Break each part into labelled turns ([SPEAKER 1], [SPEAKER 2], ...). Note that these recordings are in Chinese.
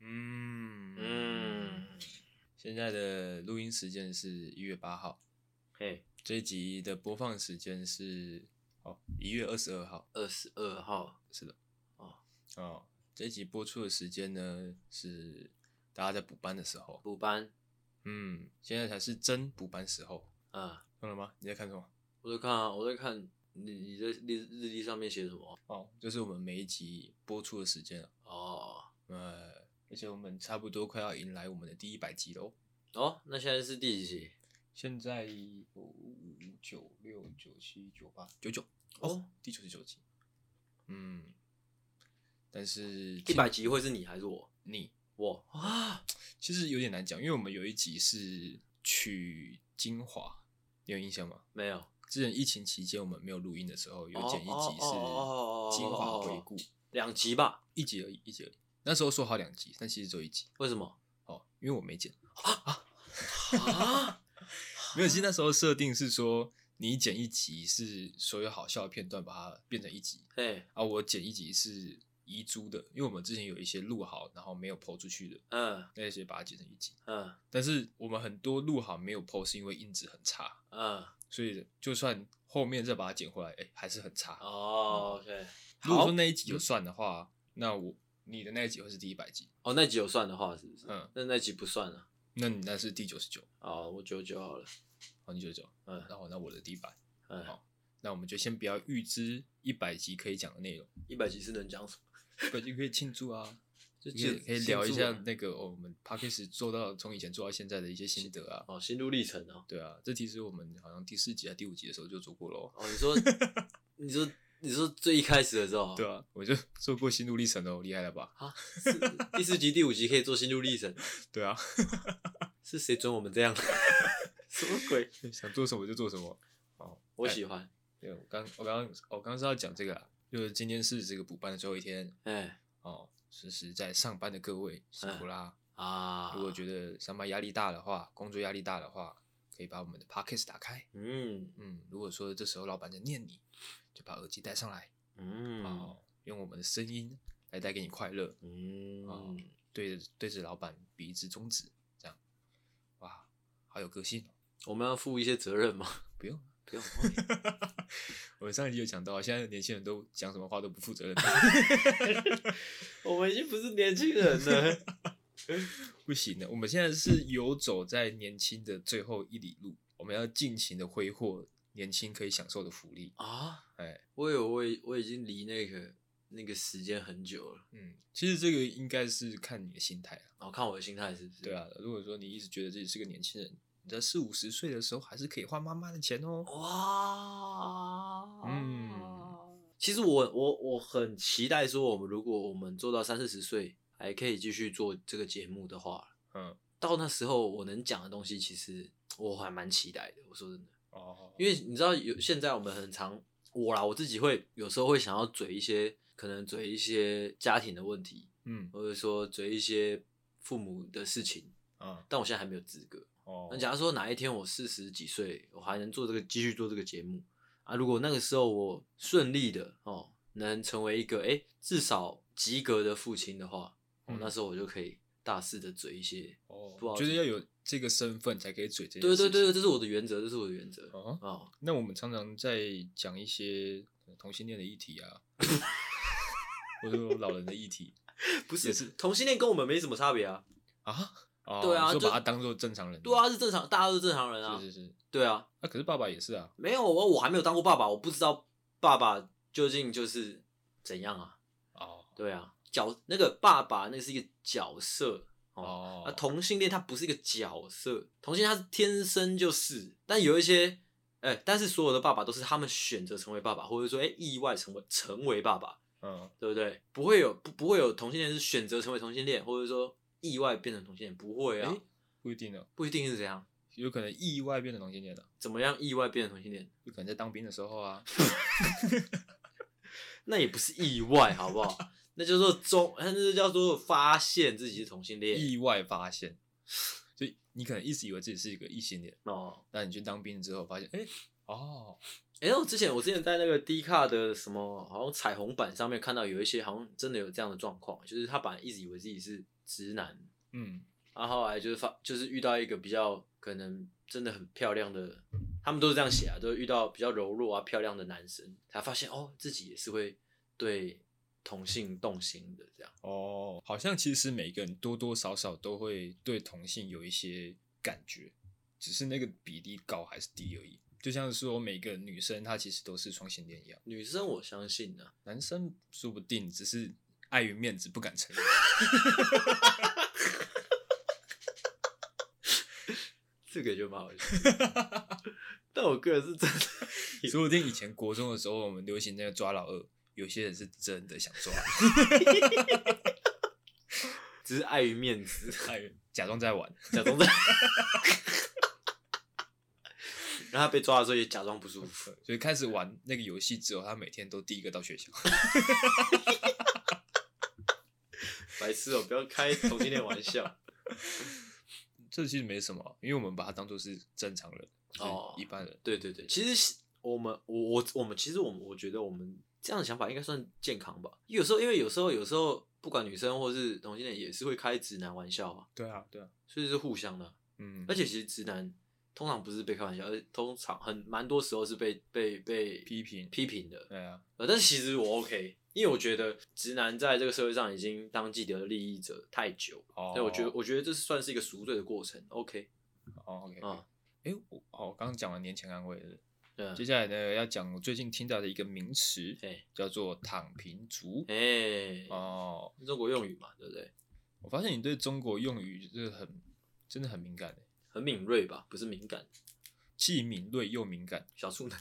[SPEAKER 1] 嗯
[SPEAKER 2] 嗯
[SPEAKER 1] 现在的录音时间是一月八号，
[SPEAKER 2] 嘿，
[SPEAKER 1] 这一集的播放时间是哦一月二十二号，
[SPEAKER 2] 二十二号，
[SPEAKER 1] 是的，
[SPEAKER 2] 哦
[SPEAKER 1] 哦，这一集播出的时间呢是大家在补班的时候，
[SPEAKER 2] 补班，
[SPEAKER 1] 嗯，现在才是真补班时候，
[SPEAKER 2] 啊，
[SPEAKER 1] 懂了吗？你在看什么？
[SPEAKER 2] 我在看啊，我在看你你在日日历上面写什么？啊
[SPEAKER 1] 哦，就是我们每一集播出的时间啊，
[SPEAKER 2] 哦
[SPEAKER 1] 呃，而且我们差不多快要迎来我们的第一百集喽。
[SPEAKER 2] 哦，那现在是第几集？
[SPEAKER 1] 现在有五九六九七九八九九
[SPEAKER 2] 哦，
[SPEAKER 1] 第九十九集。嗯，但是
[SPEAKER 2] 一百集会是你还是我？
[SPEAKER 1] 你
[SPEAKER 2] 我啊，
[SPEAKER 1] 其实有点难讲，因为我们有一集是取精华，你有印象吗？
[SPEAKER 2] 没有，
[SPEAKER 1] 之前疫情期间我们没有录音的时候，有
[SPEAKER 2] 哦
[SPEAKER 1] 剪一集
[SPEAKER 2] 哦哦哦哦哦哦
[SPEAKER 1] 是精华回顾，
[SPEAKER 2] 两集吧？
[SPEAKER 1] 一集而已，一集而已。那时候说好两集，但其实只有一集
[SPEAKER 2] 为什么？
[SPEAKER 1] 哦，因为我没剪。
[SPEAKER 2] 啊，
[SPEAKER 1] 没有，其实那时候设定是说，你剪一集是所有好笑的片段，把它变成一集
[SPEAKER 2] 嘿，
[SPEAKER 1] 啊。我剪一集是遗珠的，因为我们之前有一些录好，然后没有抛出去的
[SPEAKER 2] 嗯
[SPEAKER 1] 那些，把它剪成一集。
[SPEAKER 2] 嗯
[SPEAKER 1] 但是我们很多录好没有抛，是因为音质很差，
[SPEAKER 2] 嗯，
[SPEAKER 1] 所以就算后面再把它剪回来，哎、还是很差。
[SPEAKER 2] 哦，OK，
[SPEAKER 1] 如果
[SPEAKER 2] 好
[SPEAKER 1] 说，那一
[SPEAKER 2] 嗯
[SPEAKER 1] 集有算的话，那我你的那一集会是第一百集，
[SPEAKER 2] 哦，那集有算的话是不是？
[SPEAKER 1] 嗯，
[SPEAKER 2] 那那集不算了。
[SPEAKER 1] 那你那是第九十九，
[SPEAKER 2] 哦，我九九好了，
[SPEAKER 1] 好，你九十九，
[SPEAKER 2] 嗯
[SPEAKER 1] 然后那我的第一百，
[SPEAKER 2] 嗯，
[SPEAKER 1] 那我们就先不要预知一百集可以讲的内容。
[SPEAKER 2] 一百集是能讲什么？
[SPEAKER 1] 本就可以庆祝啊，
[SPEAKER 2] 就
[SPEAKER 1] 可以
[SPEAKER 2] 庆
[SPEAKER 1] 可以聊一
[SPEAKER 2] 庆祝
[SPEAKER 1] 下
[SPEAKER 2] 啊
[SPEAKER 1] 那个、哦、我们 p a c k a g e 做到从以前做到现在的一些心得啊。
[SPEAKER 2] 哦，心路历程哦。
[SPEAKER 1] 对啊，这题是我们好像第四集还是第五集的时候就做过喽。
[SPEAKER 2] 哦，你 说，你说，你说最一开始的时候，
[SPEAKER 1] 对啊，我就 做过心路历程哦，厉害了吧？
[SPEAKER 2] 啊，是第四集、第五集可以做心路历程，
[SPEAKER 1] 对啊，
[SPEAKER 2] 是谁准我们这样？ 什么鬼？
[SPEAKER 1] 想做什么就做什么。哦，
[SPEAKER 2] 我喜欢，
[SPEAKER 1] 对我刚我刚我刚刚是要讲这个啦，就是今天是这个补班的最后一天
[SPEAKER 2] 哎、
[SPEAKER 1] 哦，实实在上班的各位辛苦啦。
[SPEAKER 2] 啊，
[SPEAKER 1] 如果觉得上班压力大的话，工作压力大的话，可以把我们的 p a c k a g e 打开。
[SPEAKER 2] 嗯
[SPEAKER 1] 嗯，如果说这时候老板在念你，就把耳机戴上来。
[SPEAKER 2] 嗯
[SPEAKER 1] 哦，用我们的声音来带给你快乐，
[SPEAKER 2] 嗯、
[SPEAKER 1] 哦对着对着老板比一指中指，这样，哇，好有个性哦！
[SPEAKER 2] 我们要负一些责任吗？
[SPEAKER 1] 不用，
[SPEAKER 2] 不 用，
[SPEAKER 1] 我们上一集有讲到，现在的年轻人都讲什么话都不负责任，
[SPEAKER 2] 我们已经不是年轻人了。
[SPEAKER 1] 不行的。我们现在是游走在年轻的最后一里路，我们要尽情的挥霍年轻可以享受的福利。
[SPEAKER 2] 啊，
[SPEAKER 1] 哎，
[SPEAKER 2] 我有，我已我已经离那个那个时间很久了。
[SPEAKER 1] 嗯，其实这个应该是看你的心态啊。
[SPEAKER 2] 哦，看我的心态是不是？
[SPEAKER 1] 对。啊，如果说你一直觉得自己是个年轻人，你在四五十岁的时候还是可以花妈妈的钱哦。
[SPEAKER 2] 哇，
[SPEAKER 1] 嗯，
[SPEAKER 2] 其实我我我很期待说，我们如果我们做到三四十岁，还可以继续做这个节目的话，
[SPEAKER 1] 嗯，
[SPEAKER 2] 到那时候我能讲的东西，其实我还蛮期待的。我说真的，
[SPEAKER 1] 哦，
[SPEAKER 2] 因为你知道有现在我们很常我啦，我自己会有时候会想要嘴一些，可能嘴一些家庭的问题，
[SPEAKER 1] 嗯
[SPEAKER 2] 或者说嘴一些父母的事情，
[SPEAKER 1] 啊
[SPEAKER 2] 但我现在还没有资格。
[SPEAKER 1] 哦
[SPEAKER 2] 那假如说哪一天我四十几岁，我还能做这个继续做这个节目啊？如果那个时候我顺利的哦，能成为一个哎、诶至少及格的父亲的话，哦
[SPEAKER 1] 嗯
[SPEAKER 2] 那时候我就可以大肆的嘴一些。
[SPEAKER 1] 哦
[SPEAKER 2] 不好
[SPEAKER 1] 就是要有这个身份才可以嘴这件
[SPEAKER 2] 对对
[SPEAKER 1] 事情
[SPEAKER 2] 对对，这是我的原则，这是我的原则。
[SPEAKER 1] 哦，
[SPEAKER 2] 哦，
[SPEAKER 1] 那我们常常在讲一些呃同性恋的议题啊， 或者说老人的议题
[SPEAKER 2] 不
[SPEAKER 1] 也
[SPEAKER 2] 是
[SPEAKER 1] 是
[SPEAKER 2] 同性恋跟我们没什么差别啊。
[SPEAKER 1] 啊，哦
[SPEAKER 2] 对啊
[SPEAKER 1] 你说
[SPEAKER 2] 就
[SPEAKER 1] 把他当做正常人，
[SPEAKER 2] 对啊，，是正常，大家都是正常人啊。
[SPEAKER 1] 是是是，
[SPEAKER 2] 对啊，
[SPEAKER 1] 啊，可是爸爸也是啊，
[SPEAKER 2] 没有我我还没有当过爸爸，我不知道爸爸究竟就是怎样啊。
[SPEAKER 1] 哦
[SPEAKER 2] 对啊，角那个爸爸那是一个角色哦
[SPEAKER 1] 哦
[SPEAKER 2] 啊，同性恋它不是一个角色，同性恋它是天生就是，但有一些，哎、但是所有的爸爸都是他们选择成为爸爸，或者说哎、意外成为成为爸爸，
[SPEAKER 1] 嗯
[SPEAKER 2] 对不对？不会有不不会有同性恋是选择成为同性恋，或者说意外变成同性恋，不会啊，
[SPEAKER 1] 诶不一定哦，
[SPEAKER 2] 不一定是这样，
[SPEAKER 1] 有可能意外变成同性恋了，
[SPEAKER 2] 怎么样意外变成同性恋，
[SPEAKER 1] 有可能在当兵的时候啊，
[SPEAKER 2] 那也不是意外，好不好？ 那叫做中，那就叫做发现自己是同性恋
[SPEAKER 1] 意外发现，就你可能一直以为自己是一个异性恋，
[SPEAKER 2] 哦。
[SPEAKER 1] 那你去当兵之后发现，哎，哦，
[SPEAKER 2] 哎、我之前我之前在那个 D 卡的什么，好像彩虹版上面看到有一些，好像真的有这样的状况，就是他本来一直以为自己是直男，
[SPEAKER 1] 嗯，
[SPEAKER 2] 啊，后来就是发，就是遇到一个比较可能真的很漂亮的，他们都是这样写啊，都是遇到比较柔弱啊、漂亮的男生，才发现哦，自己也是会对同性动心的这样。
[SPEAKER 1] 哦，好像其实每个人多多少少都会对同性有一些感觉，只是那个比例高还是低而已。就像是说，每个女生她其实都是双性恋一样，
[SPEAKER 2] 女生我相信啊，
[SPEAKER 1] 男生说不定只是碍于面子不敢承认。
[SPEAKER 2] 这个就蛮好笑的，但我个人是真的，
[SPEAKER 1] 说不定以前国中的时候，我们流行那个抓老二，有些人是真的想抓，
[SPEAKER 2] 只是碍于面子，
[SPEAKER 1] 碍于假装在玩。
[SPEAKER 2] 假装在。 然后他被抓的时候也假装不舒服，
[SPEAKER 1] 所以开始玩那个游戏之后，他每天都第一个到学校。
[SPEAKER 2] 白痴哦、不要开同性恋玩笑。
[SPEAKER 1] 这其实没什么，啊因为我们把它当做是正常人，就是
[SPEAKER 2] 哦
[SPEAKER 1] 一般人。
[SPEAKER 2] 对对对，其实我们我我我们其实我们我觉得我们这样的想法应该算健康吧。有时候因为有时候有时候不管女生或是同性恋也是会开直男玩笑啊，
[SPEAKER 1] 对啊，对啊，
[SPEAKER 2] 所以是互相的。
[SPEAKER 1] 嗯，
[SPEAKER 2] 而且其实直男通常不是被开玩笑，而且通常很蛮多时候是被被被
[SPEAKER 1] 批评，
[SPEAKER 2] 批评的。
[SPEAKER 1] 对啊，
[SPEAKER 2] 呃，但是其实我 OK，因为我觉得直男在这个社会上已经当既得利益者太久，
[SPEAKER 1] 哦，
[SPEAKER 2] 所以我觉得我觉得这是算是一个赎罪的过程。OK
[SPEAKER 1] 哦，OK，
[SPEAKER 2] 啊，
[SPEAKER 1] 哎、我哦，我刚刚讲完年前安慰了，
[SPEAKER 2] 嗯，
[SPEAKER 1] 接下来呢要讲我最近听到的一个名词，
[SPEAKER 2] 哎
[SPEAKER 1] 叫做“躺平族”
[SPEAKER 2] 哎，
[SPEAKER 1] 哦，
[SPEAKER 2] 中国用语嘛，对不对？
[SPEAKER 1] 我发现你对中国用语就是很真的很敏感耶，
[SPEAKER 2] 很敏锐吧，不是敏感，
[SPEAKER 1] 既敏锐又敏感。
[SPEAKER 2] 小处男。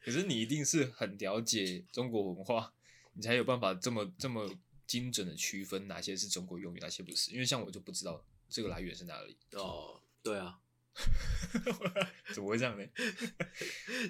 [SPEAKER 1] 可是你一定是很了解中国文化，你才有办法这么这么精准的区分哪些是中国用语，哪些不是。因为像我就不知道这个来源是哪里，
[SPEAKER 2] 哦，对啊，
[SPEAKER 1] 怎么会这样呢？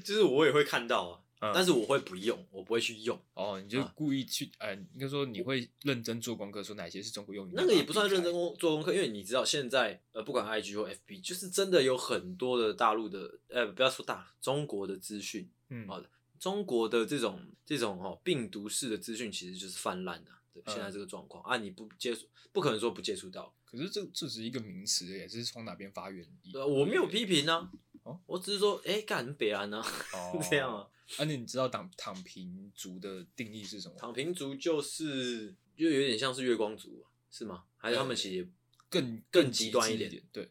[SPEAKER 2] 就是我也会看到啊，
[SPEAKER 1] 嗯
[SPEAKER 2] 但是我会不用，我不会去用，
[SPEAKER 1] 哦，你就
[SPEAKER 2] 啊
[SPEAKER 1] 故意去，呃，应该说你会认真做功课，说哪些是中国用语，
[SPEAKER 2] 那个也不算认真
[SPEAKER 1] 哦。
[SPEAKER 2] 工做功课，因为你知道现在呃，不管 IG 或 FB，就是真的有很多的大陆的，呃，不要说大中国的资讯，
[SPEAKER 1] 嗯，
[SPEAKER 2] 好中国的这种这种哦病毒式的资讯其实就是泛滥的、对，
[SPEAKER 1] 嗯
[SPEAKER 2] 现在这个状况、啊，你不接触，不可能说不接触到，
[SPEAKER 1] 可是这这只是一个名词，也是从哪边发源？
[SPEAKER 2] 对啊、我没有批评啊
[SPEAKER 1] 哦，
[SPEAKER 2] 我只是说，哎、干很北安啊，
[SPEAKER 1] 哦
[SPEAKER 2] 这样啊。。
[SPEAKER 1] 啊，那你知道躺躺平族的定义是什么？
[SPEAKER 2] 躺平族就是就有点像是月光族啊，是吗？还是他们其实也
[SPEAKER 1] 更
[SPEAKER 2] 更极端
[SPEAKER 1] 一
[SPEAKER 2] 一
[SPEAKER 1] 点
[SPEAKER 2] 点，
[SPEAKER 1] 对，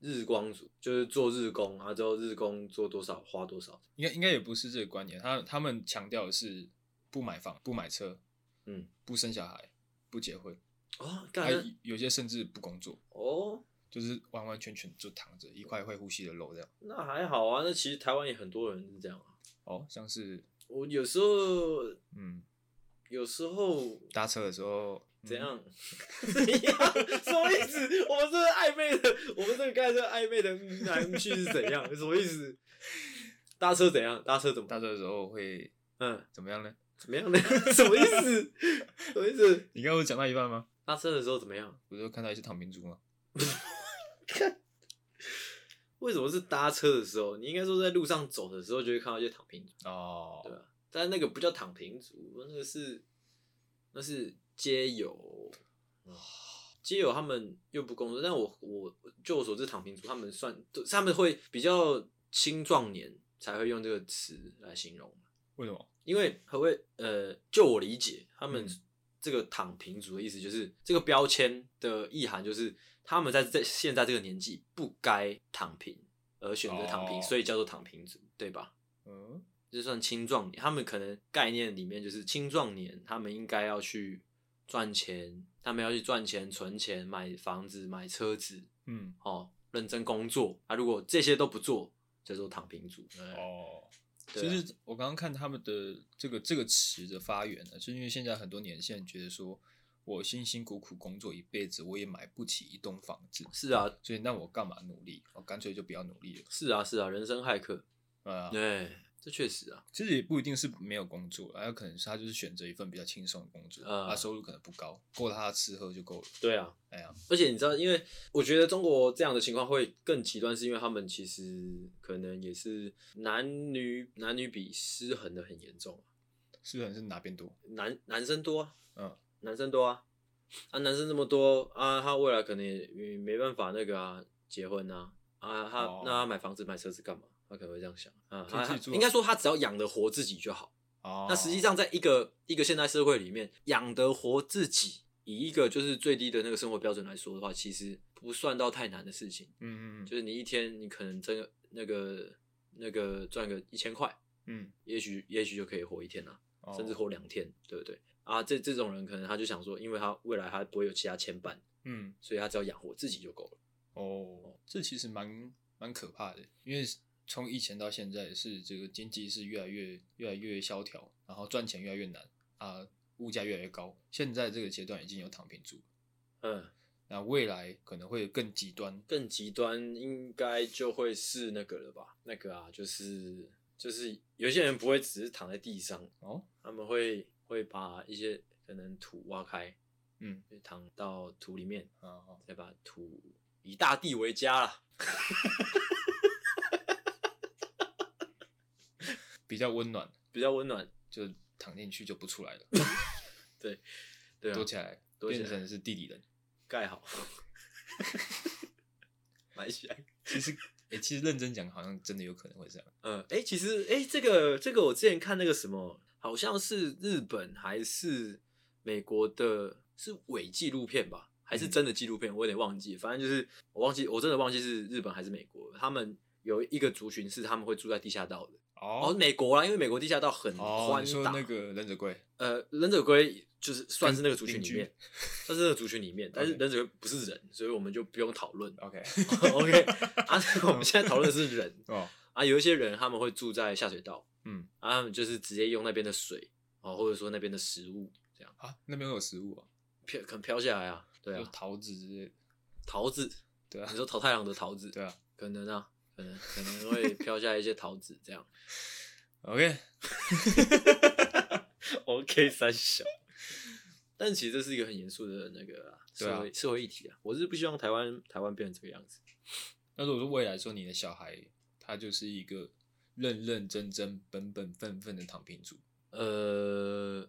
[SPEAKER 2] 日光族，就是做日工，然后之后日工做多少花多少。
[SPEAKER 1] 应该应该也不是这个观念。他他们强调的是不买房、不买车、
[SPEAKER 2] 嗯，
[SPEAKER 1] 不生小孩、不结婚，
[SPEAKER 2] 哦，
[SPEAKER 1] 还
[SPEAKER 2] 干
[SPEAKER 1] 有些甚至不工作，
[SPEAKER 2] 哦，
[SPEAKER 1] 就是完完全全就躺着一块会呼吸的肉这样。
[SPEAKER 2] 那还好啊。那其实台湾也很多人是这样啊。
[SPEAKER 1] 哦，像是
[SPEAKER 2] 我有时候
[SPEAKER 1] 嗯，
[SPEAKER 2] 有时候
[SPEAKER 1] 搭车的时候
[SPEAKER 2] 怎？样？怎样？嗯 什么意思？我们这个暧昧的，我们这个刚才这个暧昧的嗯来嗯去是怎样？什么意思？搭车怎样？搭车怎
[SPEAKER 1] 嗯
[SPEAKER 2] 么？
[SPEAKER 1] 搭车的时候会
[SPEAKER 2] 嗯，
[SPEAKER 1] 怎么样呢？
[SPEAKER 2] 怎么样 呢？什么意思？什么意思？
[SPEAKER 1] 你刚刚有讲到一半吗？
[SPEAKER 2] 搭车的时候怎么样？
[SPEAKER 1] 我就看到一些躺平族吗？
[SPEAKER 2] 为什么是搭车的时候？你应该说在路上走的时候就会看到一些躺平族，
[SPEAKER 1] 哦，
[SPEAKER 2] 对啊，但那个不叫躺平族，那个是那是街友，嗯街友他们又不工作，但我我就我所知，躺平族他们算都他们会比较青壮年才会用这个词来形容，
[SPEAKER 1] 为什么？
[SPEAKER 2] 因为何谓呃，就我理解，他们
[SPEAKER 1] 嗯
[SPEAKER 2] 这个躺平族的意思就是这个标签的意涵，就是他们在在现在这个年纪不该躺平，而选择躺平，
[SPEAKER 1] 哦
[SPEAKER 2] 所以叫做躺平族，对吧？
[SPEAKER 1] 嗯，
[SPEAKER 2] 就算青壮年，他们可能概念里面就是青壮年，他们应该要去赚钱，他们要去赚钱、存钱、买房子、买车子，
[SPEAKER 1] 嗯，
[SPEAKER 2] 哦，认真工作。啊，如果这些都不做，叫做躺平族。哎
[SPEAKER 1] 哦，
[SPEAKER 2] 对啊
[SPEAKER 1] 其实我刚刚看他们的这个这个词的发源呢，是因为现在很多年轻人觉得说，我辛辛苦苦工作一辈子，我也买不起一栋房子，
[SPEAKER 2] 是啊，
[SPEAKER 1] 所以那我干嘛努力？我干脆就不要努力了。
[SPEAKER 2] 是啊，是啊，人生骇客。
[SPEAKER 1] 啊、
[SPEAKER 2] 对，这确实啊，
[SPEAKER 1] 其实也不一定是没有工作，还有可能是他就是选择一份比较轻松的工作，
[SPEAKER 2] 啊
[SPEAKER 1] 他收入可能不高，够他吃喝就够了。
[SPEAKER 2] 对啊，
[SPEAKER 1] 哎呀，
[SPEAKER 2] 而且你知道，因为我觉得中国这样的情况会更极端，是因为他们其实可能也是男女男女比失衡的很严重，
[SPEAKER 1] 是不是是哪边多？
[SPEAKER 2] 男男生多、啊，
[SPEAKER 1] 嗯，
[SPEAKER 2] 男生多啊，啊，男生这么多啊，他未来可能也也没办法那个啊，结婚啊，啊，他、
[SPEAKER 1] 哦
[SPEAKER 2] 那他买房子买车子干嘛？他可能会这样想啊，
[SPEAKER 1] 可以
[SPEAKER 2] 他他
[SPEAKER 1] 自己做
[SPEAKER 2] 应该说他只要养得活自己就好。
[SPEAKER 1] 哦，
[SPEAKER 2] 那实际上在一个一个现代社会里面，养得活自己，以一个就是最低的那个生活标准来说的话，其实不算到太难的事情。
[SPEAKER 1] 嗯，嗯嗯
[SPEAKER 2] 就是你一天你可能真的那个那个赚个一千块，
[SPEAKER 1] 嗯，
[SPEAKER 2] 也许也许就可以活一天啊啦、
[SPEAKER 1] 哦
[SPEAKER 2] 甚至活两天，对不对？啊，这这种人可能他就想说，因为他未来他不会有其他牵绊，
[SPEAKER 1] 嗯
[SPEAKER 2] 所以他只要养活自己就够了。
[SPEAKER 1] 哦，这其实蛮蛮可怕的，因为从以前到现在是这个经济是越来越越来越萧条，然后赚钱越来越难啊，物价越来越高，现在这个阶段已经有躺平族，
[SPEAKER 2] 嗯，
[SPEAKER 1] 那未来可能会更极端，
[SPEAKER 2] 更极端应该就会是那个了吧？那个啊，就是就是有些人不会只是躺在地上，
[SPEAKER 1] 哦，
[SPEAKER 2] 他们会会把一些可能土挖开，
[SPEAKER 1] 嗯，
[SPEAKER 2] 就躺到土里面，
[SPEAKER 1] 啊好
[SPEAKER 2] 再把土以大地为家啦。
[SPEAKER 1] 比较温暖，
[SPEAKER 2] 比较温暖。
[SPEAKER 1] 就躺进去就不出来了，
[SPEAKER 2] 对啊
[SPEAKER 1] 躲，起来，
[SPEAKER 2] 躲起来
[SPEAKER 1] 变成是地理人。
[SPEAKER 2] 盖 好，埋起来。
[SPEAKER 1] 其实，哎、其实认真讲，好像真的有可能会这样。
[SPEAKER 2] 嗯，哎、其实，哎、这个这个，我之前看那个什么，好像是日本还是美国的，是伪纪录片吧，还
[SPEAKER 1] 嗯
[SPEAKER 2] 是真的纪录片？我有点忘记，反正就是我忘记，我真的忘记是日本还是美国，他们。有一个族群是他们会住在地下道的，哦，
[SPEAKER 1] 哦
[SPEAKER 2] 美国啦，因为美国地下道很
[SPEAKER 1] 哦，
[SPEAKER 2] 宽
[SPEAKER 1] 你说
[SPEAKER 2] 大，
[SPEAKER 1] 那个忍者龟，
[SPEAKER 2] 呃，忍者龟就是算是那个族群
[SPEAKER 1] 邻
[SPEAKER 2] 里
[SPEAKER 1] 居
[SPEAKER 2] 面，算是那个族群里面，但是
[SPEAKER 1] OK
[SPEAKER 2] 忍者龟不是人，所以我们就不用讨论。
[SPEAKER 1] OK，
[SPEAKER 2] OK，啊， 我们现在讨论的是人
[SPEAKER 1] 哦，
[SPEAKER 2] 啊，有一些人他们会住在下水道，
[SPEAKER 1] 嗯，
[SPEAKER 2] 啊，他们就是直接用那边的水哦，或者说那边的食物这样
[SPEAKER 1] 啊，那边有食物啊，
[SPEAKER 2] 飘，可能飘下来啊，对
[SPEAKER 1] 有
[SPEAKER 2] 啊，
[SPEAKER 1] 桃子之类的，
[SPEAKER 2] 桃子，
[SPEAKER 1] 对啊
[SPEAKER 2] 你，说桃太郎的桃子，
[SPEAKER 1] 对啊
[SPEAKER 2] 可能啊，可能可能会飘下一些桃子这 样。
[SPEAKER 1] ，OK，
[SPEAKER 2] OK 三小，但其实这是一个很严肃的那个啊
[SPEAKER 1] 对啊
[SPEAKER 2] 社会、社会议题啊，我是不希望台湾台湾变成这个样子。
[SPEAKER 1] 那如果说未来说你的小孩他就是一个认认真真、本本分分的躺平族，
[SPEAKER 2] 呃，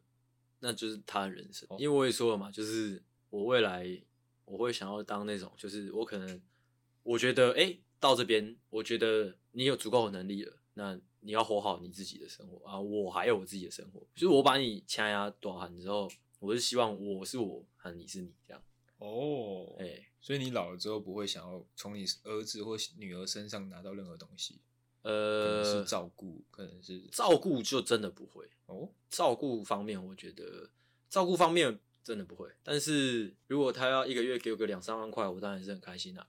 [SPEAKER 2] 那就是他的人生，
[SPEAKER 1] 哦
[SPEAKER 2] 因为我也说了嘛，就是我未来我会想要当那种，就是我可能我觉得，哎、到这边，我觉得你有足够的能力了，那你要活好你自己的生活啊，我还有我自己的生活，就是我把你掐压短喊之后，我是希望我是我，啊，你是你这样，
[SPEAKER 1] 哦
[SPEAKER 2] 哎、
[SPEAKER 1] 所以你老了之后不会想要从你儿子或女儿身上拿到任何东西，可能
[SPEAKER 2] 呃
[SPEAKER 1] 是，照顾，可能是
[SPEAKER 2] 照顾就真的不会，
[SPEAKER 1] 哦，
[SPEAKER 2] 照顾方面，我觉得照顾方面真的不会。但是如果他要一个月给我个两三万块，我当然是很开心啦、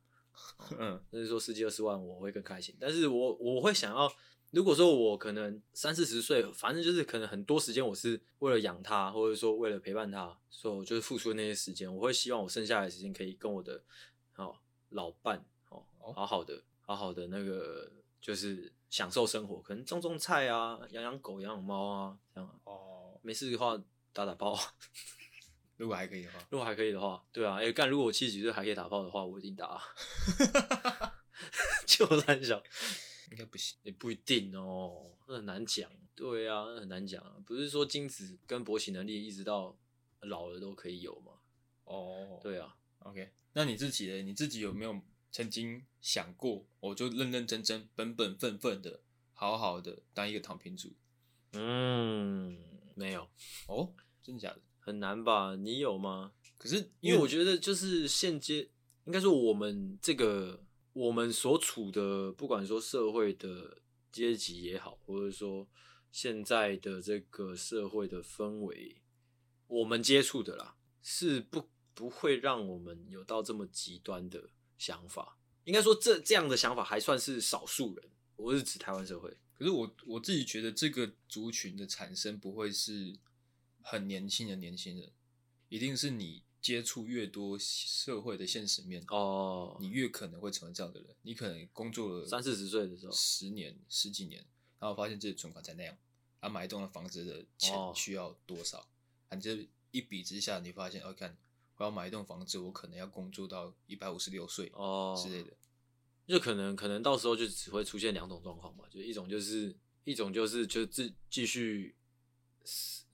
[SPEAKER 1] 嗯，
[SPEAKER 2] 甚至说十几二十万，我会更开心。但是我我会想要，如果说我可能三四十岁，反正就是可能很多时间我是为了养他，或者说为了陪伴他，所以我就是付出那些时间，我会希望我剩下来的时间可以跟我的哦老伴哦
[SPEAKER 1] 哦
[SPEAKER 2] 好好的好好的那个就是享受生活，可能种种菜啊，养养狗，养养猫啊，这样啊
[SPEAKER 1] 哦，
[SPEAKER 2] 没事的话打打炮。
[SPEAKER 1] 如果还可以的话，
[SPEAKER 2] 如果还可以的话，对啊，哎、干，如果我七十几岁还可以打炮的话，我一定打、 啊。就三小，
[SPEAKER 1] 应该不行。
[SPEAKER 2] 也不一定哦，那很难讲。对啊，那很难讲啊。不是说精子跟勃起能力一直到老了都可以有嘛？
[SPEAKER 1] 哦，
[SPEAKER 2] 对啊，
[SPEAKER 1] ，OK。那你自己呢？你自己有没有曾经想过，我就认认真真、本本分分的、好好的当一个躺平族？
[SPEAKER 2] 嗯，没有，
[SPEAKER 1] 哦，真的假的？
[SPEAKER 2] 很难吧？你有吗？
[SPEAKER 1] 可是
[SPEAKER 2] 因为我觉得就是现阶，应该说我们这个我们所处的，不管说社会的阶级也好，或者说现在的这个社会的氛围，我们接触的啦，是不不会让我们有到这么极端的想法。应该说这这样的想法还算是少数人，我是指台湾社会。
[SPEAKER 1] 可是我我自己觉得这个族群的产生不会是很年轻的年轻人，一定是你接触越多社会的现实面，
[SPEAKER 2] 哦，
[SPEAKER 1] 你越可能会成为这样的人。你可能工作了
[SPEAKER 2] 三四十岁的时候
[SPEAKER 1] 十年、十几年，然后发现自己的存款才那样，啊，买一栋房子的钱
[SPEAKER 2] 哦
[SPEAKER 1] 需要多少？啊，你这一比之下，你发现，哦，看我要买一栋房子，我可能要工作到一百五十六岁
[SPEAKER 2] 哦
[SPEAKER 1] 之类的。
[SPEAKER 2] 就可能可能到时候就只会出现两种状况吧，就一种就是一种就是就继继续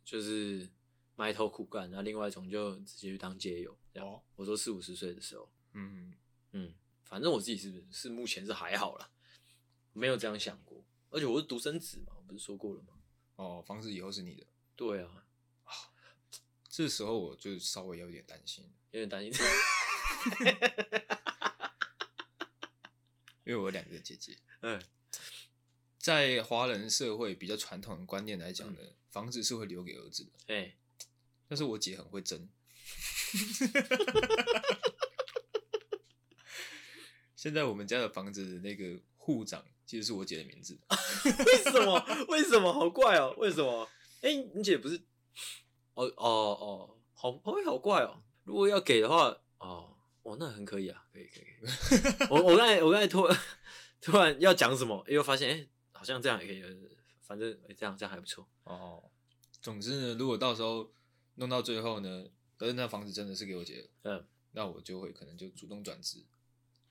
[SPEAKER 2] 就是埋头苦干，然后另外一种就直接去当街友。这样，
[SPEAKER 1] 哦
[SPEAKER 2] 我说四五十岁的时候，
[SPEAKER 1] 嗯，
[SPEAKER 2] 嗯，反正我自己是是目前是还好啦，没有这样想过。而且我是独生子嘛，我不是说过了吗？
[SPEAKER 1] 哦，房子以后是你的。
[SPEAKER 2] 对啊，
[SPEAKER 1] 这时候我就稍微有点担心，
[SPEAKER 2] 有点担心。
[SPEAKER 1] 因为我有两个姐姐，
[SPEAKER 2] 嗯，
[SPEAKER 1] 在华人社会比较传统的观念来讲呢，房子是会留给儿子的，
[SPEAKER 2] 哎、
[SPEAKER 1] 但是我姐很会争。 现在我们家的房子的那个户长其实是我姐的名字，
[SPEAKER 2] 为什么？为什么？好怪哦、为什么？哎、你姐不是？哦哦哦，好，会好怪哦、如果要给的话，哦，哦，那很可以啊，可以可以。可以 我我刚才我刚才突然突然要讲什么，又发现哎、诶好像这样也可以，呃反正、诶这样这样还不错。
[SPEAKER 1] 哦，总之呢，如果到时候弄到最后呢，但是那房子真的是给我姐的，
[SPEAKER 2] 嗯，
[SPEAKER 1] 那我就会可能就主动转职，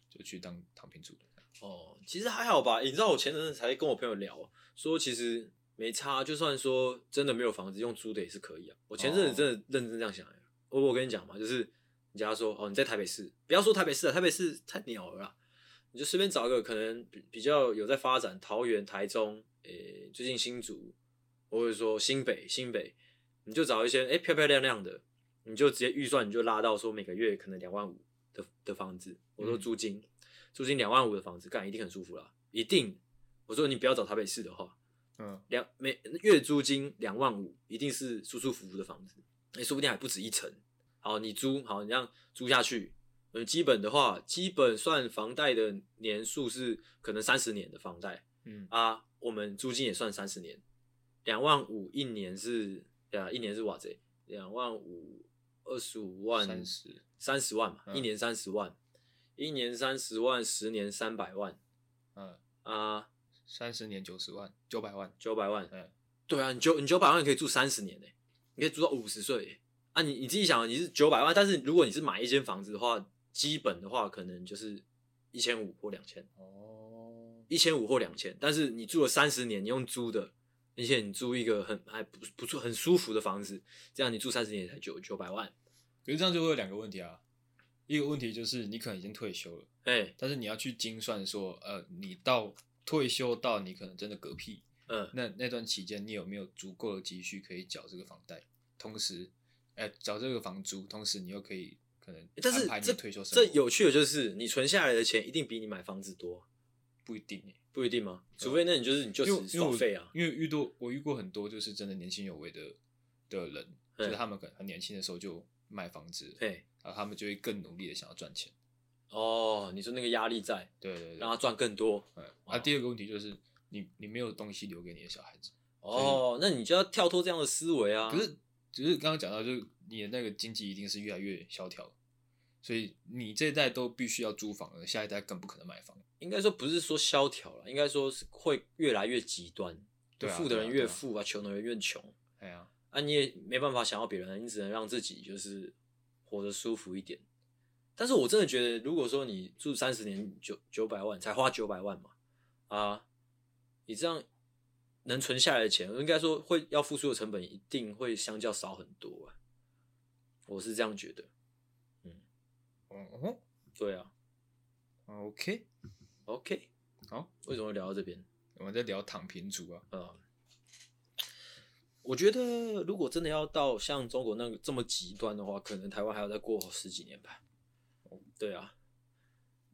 [SPEAKER 1] 就去当躺平族。
[SPEAKER 2] 哦，其实还好吧。诶你知道我前阵子才跟我朋友聊，说其实没差，就算说真的没有房子，用租的也是可以啊。我前阵子真的认真这样想、欸我我跟你讲嘛，就是你假如说哦你在台北市，不要说台北市啊，台北市太鸟了啦，你就随便找一个可能比比较有在发展，桃园、台中，诶、最近新竹，或者说新北、新北，你就找一些诶、漂漂亮亮的，你就直接预算你就拉到说每个月可能两万五的的房子，我说
[SPEAKER 1] 嗯
[SPEAKER 2] 租金，租金两万五的房子，干一定很舒服啦，一定。我说你不要找台北市的话，
[SPEAKER 1] 嗯，
[SPEAKER 2] 两每月租金两万五，一定是舒舒服服的房子，哎、说不定还不止一层。好，你租好，你这样租下去，嗯，基本的话，基本算房贷的年数是可能三十年的房贷
[SPEAKER 1] 嗯，
[SPEAKER 2] 啊，我们租金也算三十年，两万五一年是，对啊，一年是哇塞，两万五二十五万
[SPEAKER 1] 三十，
[SPEAKER 2] 三十万嘛，
[SPEAKER 1] 嗯
[SPEAKER 2] 一年三十万，一年三十万，十年三百万
[SPEAKER 1] 嗯，
[SPEAKER 2] 啊，
[SPEAKER 1] 三十年九十万，九百万，
[SPEAKER 2] 九百万，
[SPEAKER 1] 嗯，
[SPEAKER 2] 对啊，你九你九百万可以住三十年呢、欸你可以住到五十岁耶啊你！你自己想，你是九百万，但是如果你是买一间房子的话，基本的话可能就是一千五或两千，
[SPEAKER 1] 哦，
[SPEAKER 2] 一千五或两千。但是你住了三十年，你用租的，而且你租一个很还不不错很舒服的房子，这样你住三十年也才九九百万。
[SPEAKER 1] 可是这样就会有两个问题啊，一个问题就是你可能已经退休了，
[SPEAKER 2] 哎、
[SPEAKER 1] 但是你要去精算说，呃，你到退休到你可能真的嗝屁，
[SPEAKER 2] 嗯，
[SPEAKER 1] 那那段期间你有没有足够的积蓄可以缴这个房贷，同时，哎、缴这个房租，同时你又可以可能
[SPEAKER 2] 但
[SPEAKER 1] 安
[SPEAKER 2] 是
[SPEAKER 1] 排你
[SPEAKER 2] 这
[SPEAKER 1] 的退休生
[SPEAKER 2] 这
[SPEAKER 1] 活，
[SPEAKER 2] 有趣的就是，你存下来的钱一定比你买房子多，
[SPEAKER 1] 不一定耶、欸
[SPEAKER 2] 不一定吗？除非那你就是你就
[SPEAKER 1] 因为
[SPEAKER 2] 是
[SPEAKER 1] 因为
[SPEAKER 2] 爽
[SPEAKER 1] 我
[SPEAKER 2] 费啊，
[SPEAKER 1] 因为遇到我遇过很多就是真的年轻有为的的人，
[SPEAKER 2] 嗯
[SPEAKER 1] 就是他们可能很年轻的时候就卖房子了，
[SPEAKER 2] 哎、
[SPEAKER 1] 然后他们就会更努力的想要赚钱。
[SPEAKER 2] 哦，你说那个压力在，
[SPEAKER 1] 对对对
[SPEAKER 2] 让，他赚更多。
[SPEAKER 1] 嗯，啊，第二个问题就是你你没有东西留给你的小孩子，
[SPEAKER 2] 哦，那你就要跳脱这样的思维啊。
[SPEAKER 1] 可是只是刚刚讲到，就是你的那个经济一定是越来越萧条，所以你这一代都必须要租房了，下一代更不可能买房。
[SPEAKER 2] 应该说不是说萧条了，应该说是会越来越极端。
[SPEAKER 1] 对啊
[SPEAKER 2] 富的人越
[SPEAKER 1] 对啊对啊
[SPEAKER 2] 富啊，穷的人越穷
[SPEAKER 1] 哎呀，
[SPEAKER 2] 啊，你也没办法想要别人，你只能让自己就是活得舒服一点。但是我真的觉得，如果说你住三十年九九百万，才花九百万嘛，啊，你这样能存下来的钱，应该说会要付出的成本一定会相较少很多啊。我是这样觉得。
[SPEAKER 1] 嗯哦
[SPEAKER 2] 对啊
[SPEAKER 1] ，OK，
[SPEAKER 2] ，OK，
[SPEAKER 1] 好，
[SPEAKER 2] 为什么会聊到这边？
[SPEAKER 1] 我们在聊躺平族啊，
[SPEAKER 2] 嗯，我觉得如果真的要到像中国那个这么极端的话，可能台湾还要再过十几年吧。
[SPEAKER 1] 哦
[SPEAKER 2] 对啊，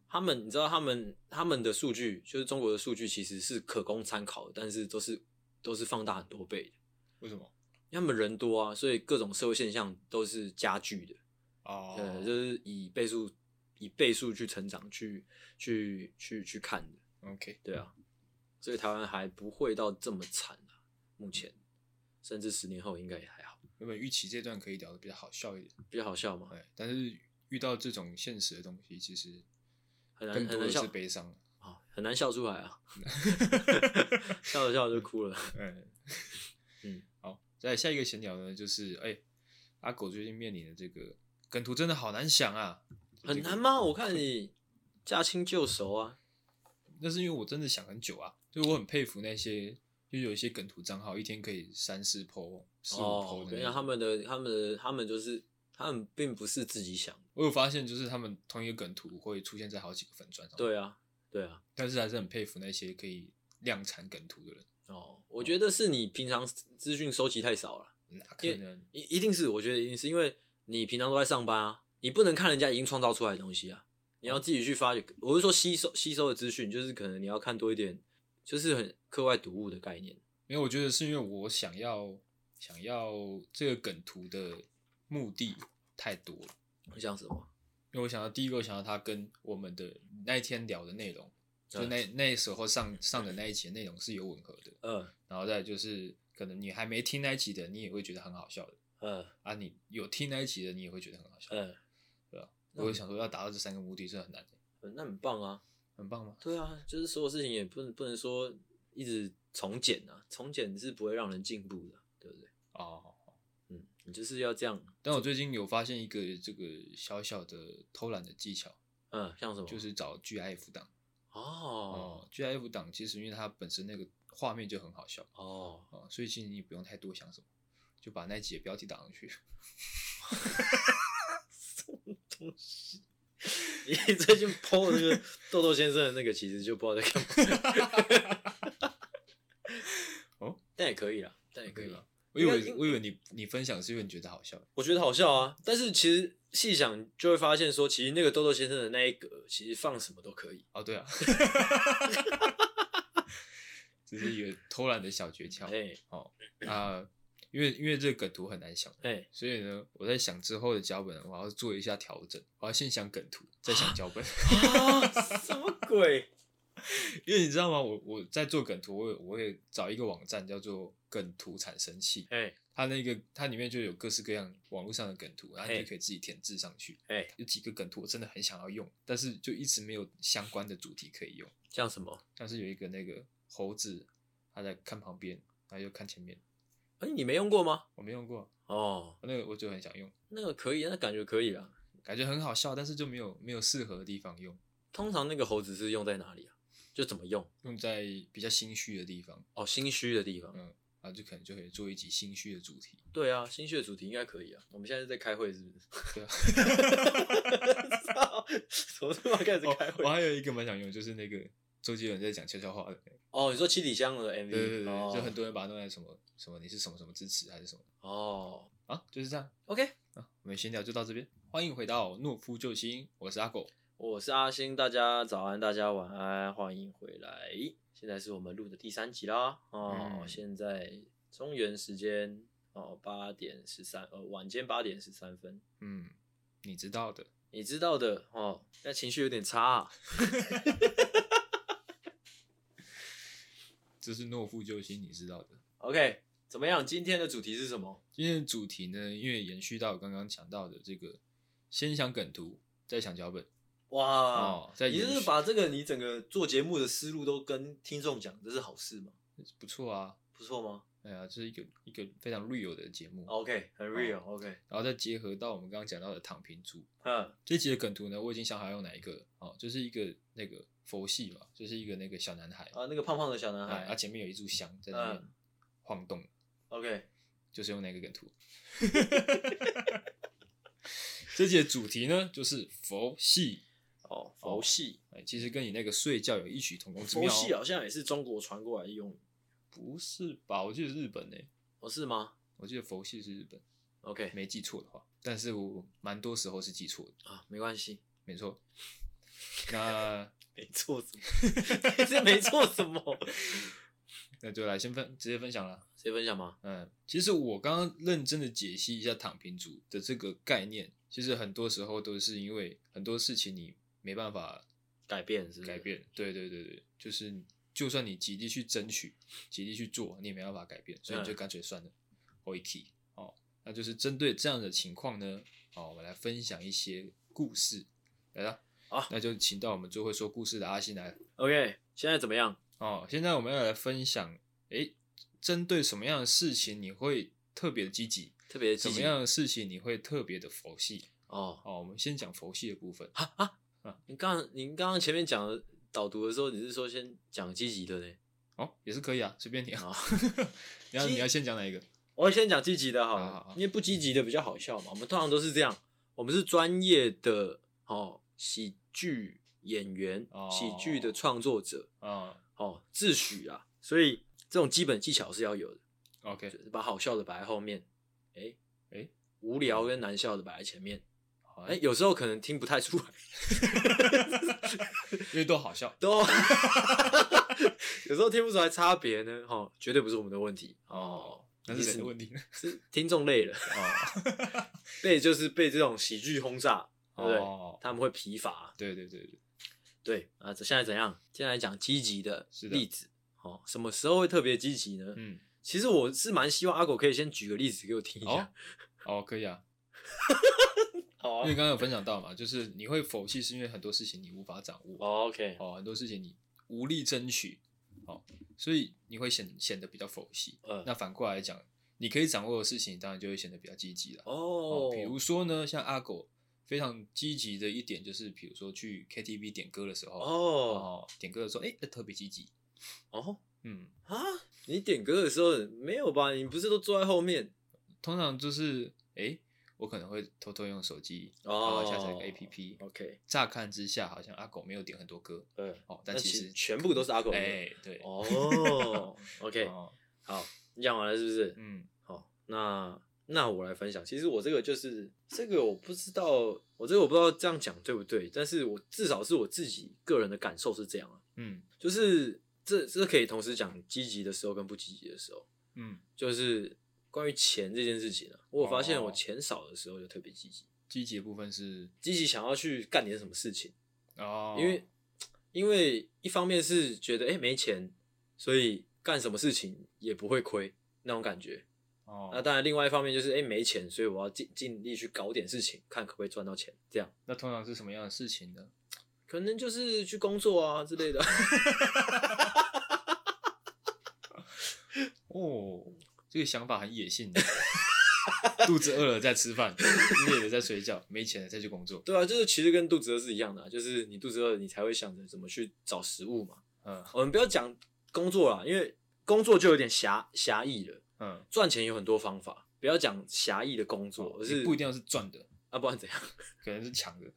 [SPEAKER 2] 他们你知道他们他们的数据，就是中国的数据其实是可供参考的，但是都是都是放大很多倍的。
[SPEAKER 1] 为什么？
[SPEAKER 2] 因为他们人多啊，所以各种社会现象都是加剧的。
[SPEAKER 1] 哦，
[SPEAKER 2] 呃，就是以倍数以倍数去成长，去去去去看的。
[SPEAKER 1] OK，
[SPEAKER 2] 对啊，所以台湾还不会到这么惨啊，目前，甚至十年后应该也还好，
[SPEAKER 1] 原本预期这段可以聊的比较好笑一点，
[SPEAKER 2] 比较好笑嘛，
[SPEAKER 1] 哎，但是遇到这种现实的东西，其实
[SPEAKER 2] 很难
[SPEAKER 1] 更
[SPEAKER 2] 很
[SPEAKER 1] 多
[SPEAKER 2] 难
[SPEAKER 1] 的
[SPEAKER 2] 笑
[SPEAKER 1] 是悲伤。啊
[SPEAKER 2] 哦，很难笑出来啊， 笑着笑着就哭了，
[SPEAKER 1] 嗯
[SPEAKER 2] 嗯，
[SPEAKER 1] 好，再下一个闲聊呢，就是哎、阿狗最近面临的这个梗图真的好难想啊，
[SPEAKER 2] 很难吗？我看你驾轻就熟啊，
[SPEAKER 1] 那是因为我真的想很久啊，就是我很佩服那些，因就有一些梗图账号一天可以三四 PO、四五
[SPEAKER 2] 哦
[SPEAKER 1] PO，的
[SPEAKER 2] 原来
[SPEAKER 1] 那种。
[SPEAKER 2] 他们的他们的他们就是他们并不是自己想的，
[SPEAKER 1] 我有发现，就是他们同一个梗图会出现在好几个粉砖上。，
[SPEAKER 2] 对啊，对啊，
[SPEAKER 1] 但是还是很佩服那些可以量产梗图的人。
[SPEAKER 2] 哦，我觉得是你平常资讯收集太少了，
[SPEAKER 1] 哪可能？
[SPEAKER 2] 一一定是我觉得一定是因为你平常都在上班啊，你不能看人家已经创造出来的东西啊，你
[SPEAKER 1] 哦
[SPEAKER 2] 要自己去发掘。我是说吸收吸收的资讯，就是可能你要看多一点，就是很课外读物的概念。
[SPEAKER 1] 因为我觉得是因为我想要想要这个梗图的目的太多了。
[SPEAKER 2] 像什么？
[SPEAKER 1] 因为我想到第一个，我想到他跟我们的那一天聊的内容，就
[SPEAKER 2] 对
[SPEAKER 1] 那那时候上上的那一集的内容是有吻合的，
[SPEAKER 2] 嗯
[SPEAKER 1] 然后再来就是可能你还没听那一集的，你也会觉得很好笑的
[SPEAKER 2] 嗯
[SPEAKER 1] 啊，你有听那一集的，你也会觉得很好笑，
[SPEAKER 2] 嗯，
[SPEAKER 1] 对吧、
[SPEAKER 2] 那
[SPEAKER 1] 我就想说要达到这三个目的是很难的，
[SPEAKER 2] 那很棒啊。
[SPEAKER 1] 很棒吗？
[SPEAKER 2] 对啊，就是所有事情也不能不能说一直重检啊，重检是不会让人进步的，对不对？
[SPEAKER 1] 哦，
[SPEAKER 2] 嗯，你就是要这样。
[SPEAKER 1] 但我最近有发现一个这个小小的偷懒的技巧，
[SPEAKER 2] 嗯，像什么？
[SPEAKER 1] 就是找 GIF 档
[SPEAKER 2] 哦
[SPEAKER 1] 哦，GIF 档其实因为它本身那个画面就很好笑
[SPEAKER 2] 哦，
[SPEAKER 1] 哦，所以其实你不用太多想什么，就把那一集的标题打上去。
[SPEAKER 2] 你最近 PO 的那个豆豆先生的那个，其实就不知道在干嘛。
[SPEAKER 1] 哦，
[SPEAKER 2] 但也可以啦，但也可以
[SPEAKER 1] 吧
[SPEAKER 2] 啦。？
[SPEAKER 1] 我哎以
[SPEAKER 2] 应该
[SPEAKER 1] 为
[SPEAKER 2] 应
[SPEAKER 1] 我以为你你分享是因为你觉得好笑，
[SPEAKER 2] 我觉得好笑啊，但是其实细想就会发现说，其实那个豆豆先生的那一格，其实放什么都可以。
[SPEAKER 1] 哦， 对啊，只是一个偷懒的小诀窍
[SPEAKER 2] 哎
[SPEAKER 1] 哦啊、因为因为这个梗图很难想，
[SPEAKER 2] 哎，
[SPEAKER 1] 所以呢，我在想之后的脚本，我要做一下调整，我要先想梗图，再想脚本，
[SPEAKER 2] 啊，什么鬼？
[SPEAKER 1] 因为你知道吗？我我在做梗图，我也我也找一个网站叫做梗图产生器，
[SPEAKER 2] 哎
[SPEAKER 1] 它那个它里面就有各式各样网络上的梗图，然后你
[SPEAKER 2] 嘿
[SPEAKER 1] 就可以自己填字上去。
[SPEAKER 2] 哎，
[SPEAKER 1] 有几个梗图我真的很想要用，但是就一直没有相关的主题可以用。
[SPEAKER 2] 像什么？
[SPEAKER 1] 像是有一个那个猴子，他在看旁边，然后又看前面，
[SPEAKER 2] 哎，你没用过吗？
[SPEAKER 1] 我没用过，
[SPEAKER 2] 哦，
[SPEAKER 1] 那个我就很想用，
[SPEAKER 2] 那个可以，那感觉可以啦。
[SPEAKER 1] 感觉很好笑，但是就没有没有适合的地方用，
[SPEAKER 2] 通常那个猴子是用在哪里啊？就怎么用？
[SPEAKER 1] 用在比较心虚的地方，
[SPEAKER 2] 哦，心虚的地方。
[SPEAKER 1] 嗯，啊，就可能就可以做一集心虚的主题，
[SPEAKER 2] 对啊，心虚的主题应该可以啊。我们现在是在开会，是不是？
[SPEAKER 1] 对啊。
[SPEAKER 2] 操从这么开始开
[SPEAKER 1] 哦
[SPEAKER 2] 会
[SPEAKER 1] 我？还有一个蛮想用，就是那个周杰伦在讲悄悄话的那个，
[SPEAKER 2] 哦，你说七里香的 MV，
[SPEAKER 1] 对对对对，
[SPEAKER 2] 哦、
[SPEAKER 1] 就很多人把它弄在什么什么你是什么什么支持还是什么
[SPEAKER 2] 哦。
[SPEAKER 1] 啊，就是这样
[SPEAKER 2] OK，
[SPEAKER 1] 啊，我们闲聊就到这边，欢迎回到懦夫救星，我是阿狗，
[SPEAKER 2] 我是阿星，大家早安，大家晚安，欢迎回来。现在是我们录的第三集啦，哦，
[SPEAKER 1] 嗯
[SPEAKER 2] 现在中原时间哦八点十三，呃，晚间八点十三分。
[SPEAKER 1] 嗯，你知道的，
[SPEAKER 2] 你知道的哦，但情绪有点差、啊。
[SPEAKER 1] 这是懦夫救星，你知道的。
[SPEAKER 2] OK，怎么样？今天的主题是什么？
[SPEAKER 1] 今天的主题呢，因为延续到我刚刚讲到的这个，先想梗图，再想脚本
[SPEAKER 2] 哇，
[SPEAKER 1] 哦，再
[SPEAKER 2] 啊你
[SPEAKER 1] 延
[SPEAKER 2] 就是
[SPEAKER 1] 续
[SPEAKER 2] 把这个你整个做节目的思路都跟听众讲，这是好事吗？
[SPEAKER 1] 不错啊，
[SPEAKER 2] 不错吗
[SPEAKER 1] 哎呀，这是一个一个非常 real 的节目，
[SPEAKER 2] ？OK，很 real，OK，、
[SPEAKER 1] 然后再结合到我们刚刚讲到的躺平族
[SPEAKER 2] 嗯
[SPEAKER 1] 这集的梗图呢，我已经想好要用哪一个了哦，就是一个那个佛系嘛，就是一个那个小男孩，
[SPEAKER 2] 啊，那个胖胖的小男
[SPEAKER 1] 哎，
[SPEAKER 2] 孩、
[SPEAKER 1] 啊前面有一炷香在那边
[SPEAKER 2] 嗯
[SPEAKER 1] 晃动，
[SPEAKER 2] o k
[SPEAKER 1] 就是用那个梗图。 这集的主题呢，就是佛系。
[SPEAKER 2] 哦，佛系，
[SPEAKER 1] 哎，其实跟你那个睡觉有异曲同工之
[SPEAKER 2] 佛
[SPEAKER 1] 妙、哦。
[SPEAKER 2] 系好啊像也是中国传过来的用语，
[SPEAKER 1] 不是吧？我记得日本呢、
[SPEAKER 2] 哦，是吗
[SPEAKER 1] 我记得佛系是日本，
[SPEAKER 2] ？OK，
[SPEAKER 1] 没记错的话。但是我蛮多时候是记错的，
[SPEAKER 2] 啊，没关系，
[SPEAKER 1] 没错。那
[SPEAKER 2] 没错什么？ 这没错什么？
[SPEAKER 1] 那就来先分直接分享了。
[SPEAKER 2] 谁分享吗？
[SPEAKER 1] 嗯，其实我刚刚认真的解析一下躺平族的这个概念，其实很多时候都是因为很多事情你没办法
[SPEAKER 2] 改变是不是
[SPEAKER 1] 改，变。对对对对，就是就算你极力去争取、极力去做，你也没办法改变，所以你就
[SPEAKER 2] 嗯
[SPEAKER 1] 干脆算了 o k 哦，那就是针对这样的情况呢，哦，我们来分享一些故事，来啦，
[SPEAKER 2] 好
[SPEAKER 1] 那就请到我们最会说故事的阿信来。
[SPEAKER 2] OK，现在怎么样？
[SPEAKER 1] 哦，现在我们要来分享，诶，针对什么样的事情你会特别的积极，
[SPEAKER 2] 特别
[SPEAKER 1] 什
[SPEAKER 2] 积
[SPEAKER 1] 么
[SPEAKER 2] 极
[SPEAKER 1] 样的事情你会特别的佛系？
[SPEAKER 2] 哦。
[SPEAKER 1] 哦，我们先讲佛系的部分。
[SPEAKER 2] 啊啊！你刚你刚刚前面讲的导读的时候，你是说先讲积极的呢？
[SPEAKER 1] 哦，也是可以啊，随便你啊
[SPEAKER 2] 好。
[SPEAKER 1] 你要
[SPEAKER 2] 其实
[SPEAKER 1] 你要先讲哪一个？
[SPEAKER 2] 我先讲积极的好了，
[SPEAKER 1] 好好好
[SPEAKER 2] 因为不积极的比较好笑嘛。我们通常都是这样，我们是专业的哦，喜剧演员、
[SPEAKER 1] 哦
[SPEAKER 2] 喜剧的创作者
[SPEAKER 1] 啊
[SPEAKER 2] 哦，自诩啊，所以这种基本技巧是要有的，
[SPEAKER 1] ，OK，
[SPEAKER 2] 就是把好笑的摆在后面，哎、
[SPEAKER 1] 诶
[SPEAKER 2] 无聊跟难笑的摆在前面，
[SPEAKER 1] 好啊
[SPEAKER 2] 哎、，有时候可能听不太出来，
[SPEAKER 1] 因为都好笑。
[SPEAKER 2] 都 有时候听不出来差别呢，哦，绝对不是我们的问题哦，
[SPEAKER 1] 那是谁
[SPEAKER 2] 你
[SPEAKER 1] 的问题呢？
[SPEAKER 2] 是听众累了。
[SPEAKER 1] 啊
[SPEAKER 2] 被就是被这种喜剧轰炸，对不对？
[SPEAKER 1] 哦，
[SPEAKER 2] 他们会疲乏。
[SPEAKER 1] 对对对对，
[SPEAKER 2] 对啊，这现在怎样？现在讲积极的
[SPEAKER 1] 是的
[SPEAKER 2] 例子哦，什么时候会特别积极呢？
[SPEAKER 1] 嗯，
[SPEAKER 2] 其实我是蛮希望阿狗可以先举个例子给我听一
[SPEAKER 1] 哦
[SPEAKER 2] 下。
[SPEAKER 1] 哦，可以啊，
[SPEAKER 2] 好
[SPEAKER 1] 因为刚刚有分享到嘛，就是你会否弃，是因为很多事情你无法掌握，
[SPEAKER 2] ，OK，
[SPEAKER 1] 哦，很多事情你无力争取，哦，所以你会显显得比较否弃。
[SPEAKER 2] 嗯，
[SPEAKER 1] 那反过来讲，你可以掌握的事情，当然就会显得比较积极了。
[SPEAKER 2] 哦
[SPEAKER 1] 哦，，比如说呢，像阿狗非常积极的一点就是，比如说去 KTV 点歌的时候，
[SPEAKER 2] 哦
[SPEAKER 1] 哦，点歌的时候，哎、特别积极，
[SPEAKER 2] 哦
[SPEAKER 1] 嗯，
[SPEAKER 2] 啊，你点歌的时候没有吧？你不是都坐在后面？
[SPEAKER 1] 通常就是，哎、我可能会偷偷用手机，
[SPEAKER 2] 哦
[SPEAKER 1] 然后下载一个 APP。
[SPEAKER 2] OK，
[SPEAKER 1] 乍看之下，好像阿狗没有点很多歌
[SPEAKER 2] 嗯，
[SPEAKER 1] 哦，
[SPEAKER 2] 那
[SPEAKER 1] 但其
[SPEAKER 2] 其
[SPEAKER 1] 实
[SPEAKER 2] 实全部都是阿狗的
[SPEAKER 1] 哎、对，
[SPEAKER 2] 哦，OK，
[SPEAKER 1] 哦，
[SPEAKER 2] 好，你讲完了是不是？
[SPEAKER 1] 嗯，
[SPEAKER 2] 好，那那我来分享。其实我这个就是这个，我不知道，我这个我不知道这样讲对不对，但是我至少是我自己个人的感受是这样啊，
[SPEAKER 1] 嗯，
[SPEAKER 2] 就是这这可以同时讲积极的时候跟不积极的时候，
[SPEAKER 1] 嗯，
[SPEAKER 2] 就是关于钱这件事情啊，我有发现
[SPEAKER 1] 哦
[SPEAKER 2] 我钱少的时候就特别积极，
[SPEAKER 1] 积极的部分是
[SPEAKER 2] 积极想要去干点什么事情，
[SPEAKER 1] 哦，
[SPEAKER 2] 因为因为一方面是觉得哎、诶没钱，所以干什么事情也不会亏那种感觉，
[SPEAKER 1] 哦，
[SPEAKER 2] 那当然，另外一方面就是，哎、没钱，所以我要尽尽力去搞点事情，看可不可以赚到钱。这样
[SPEAKER 1] 那通常是什么样的事情呢？
[SPEAKER 2] 可能就是去工作啊之类的。
[SPEAKER 1] 哦，这个想法很野 性的。肚子饿了再吃饭，累了再睡觉，没钱了再去工作。
[SPEAKER 2] 对啊，就是其实跟肚子饿是一样的啊、就是你肚子饿，你才会想着怎么去找食物嘛。
[SPEAKER 1] 嗯
[SPEAKER 2] 我们不要讲工作啦，因为工作就有点狭狭义了。
[SPEAKER 1] 嗯，
[SPEAKER 2] 赚钱有很多方法，不要讲狭义的工作，而是
[SPEAKER 1] 哦也不一定要是赚的，
[SPEAKER 2] 啊，不然怎样？
[SPEAKER 1] 可能是抢的。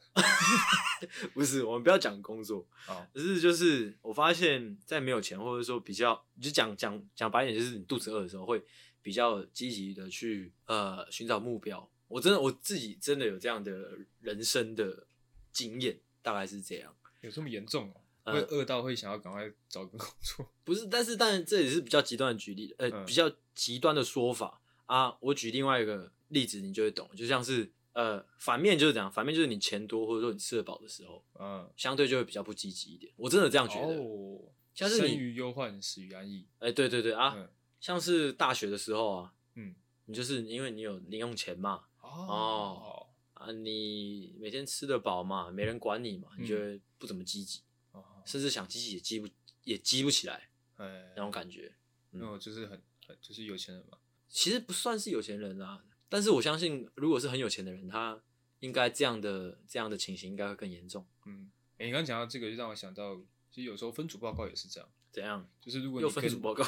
[SPEAKER 2] 不是，我们不要讲工作，
[SPEAKER 1] 哦，
[SPEAKER 2] 可是就是我发现，在没有钱或者说比较，就讲讲讲白一点，就是你肚子饿的时候，会比较积极的去呃寻找目标。我真的我自己真的有这样的人生的经验，大概是这样。
[SPEAKER 1] 有这么严重哦？
[SPEAKER 2] 呃
[SPEAKER 1] 会饿到会想要赶快找个工作？
[SPEAKER 2] 不是，但是但这也是比较极端的举例，呃，
[SPEAKER 1] 嗯
[SPEAKER 2] 比较极端的说法啊。我举另外一个例子，你就会懂，就像是呃反面就是怎样，反面就是你钱多或者说你吃得饱的时候，
[SPEAKER 1] 嗯，
[SPEAKER 2] 相对就会比较不积极一点。我真的这样觉得。
[SPEAKER 1] 哦，
[SPEAKER 2] 像是你
[SPEAKER 1] 生于忧患，死于安逸。
[SPEAKER 2] 哎、对对对啊，
[SPEAKER 1] 嗯
[SPEAKER 2] 像是大学的时候啊，
[SPEAKER 1] 嗯，
[SPEAKER 2] 你就是因为你有零用钱嘛，
[SPEAKER 1] 哦
[SPEAKER 2] 啊，你每天吃得饱嘛，没人管你嘛，
[SPEAKER 1] 嗯
[SPEAKER 2] 你觉得不怎么积极，
[SPEAKER 1] 哦，
[SPEAKER 2] 甚至想积极也积不也积不起来
[SPEAKER 1] 哎，
[SPEAKER 2] 那种感觉。
[SPEAKER 1] 没有，就是很很就是有钱人嘛。
[SPEAKER 2] 其实不算是有钱人啊，但是我相信，如果是很有钱的人，他应该这样的这样的情形应该会更严重。
[SPEAKER 1] 嗯，哎，你刚刚讲到这个，就让我想到，其实有时候分组报告也是这样，
[SPEAKER 2] 怎样？
[SPEAKER 1] 就是如果
[SPEAKER 2] 又
[SPEAKER 1] 你
[SPEAKER 2] 分
[SPEAKER 1] 跟
[SPEAKER 2] 组 报告？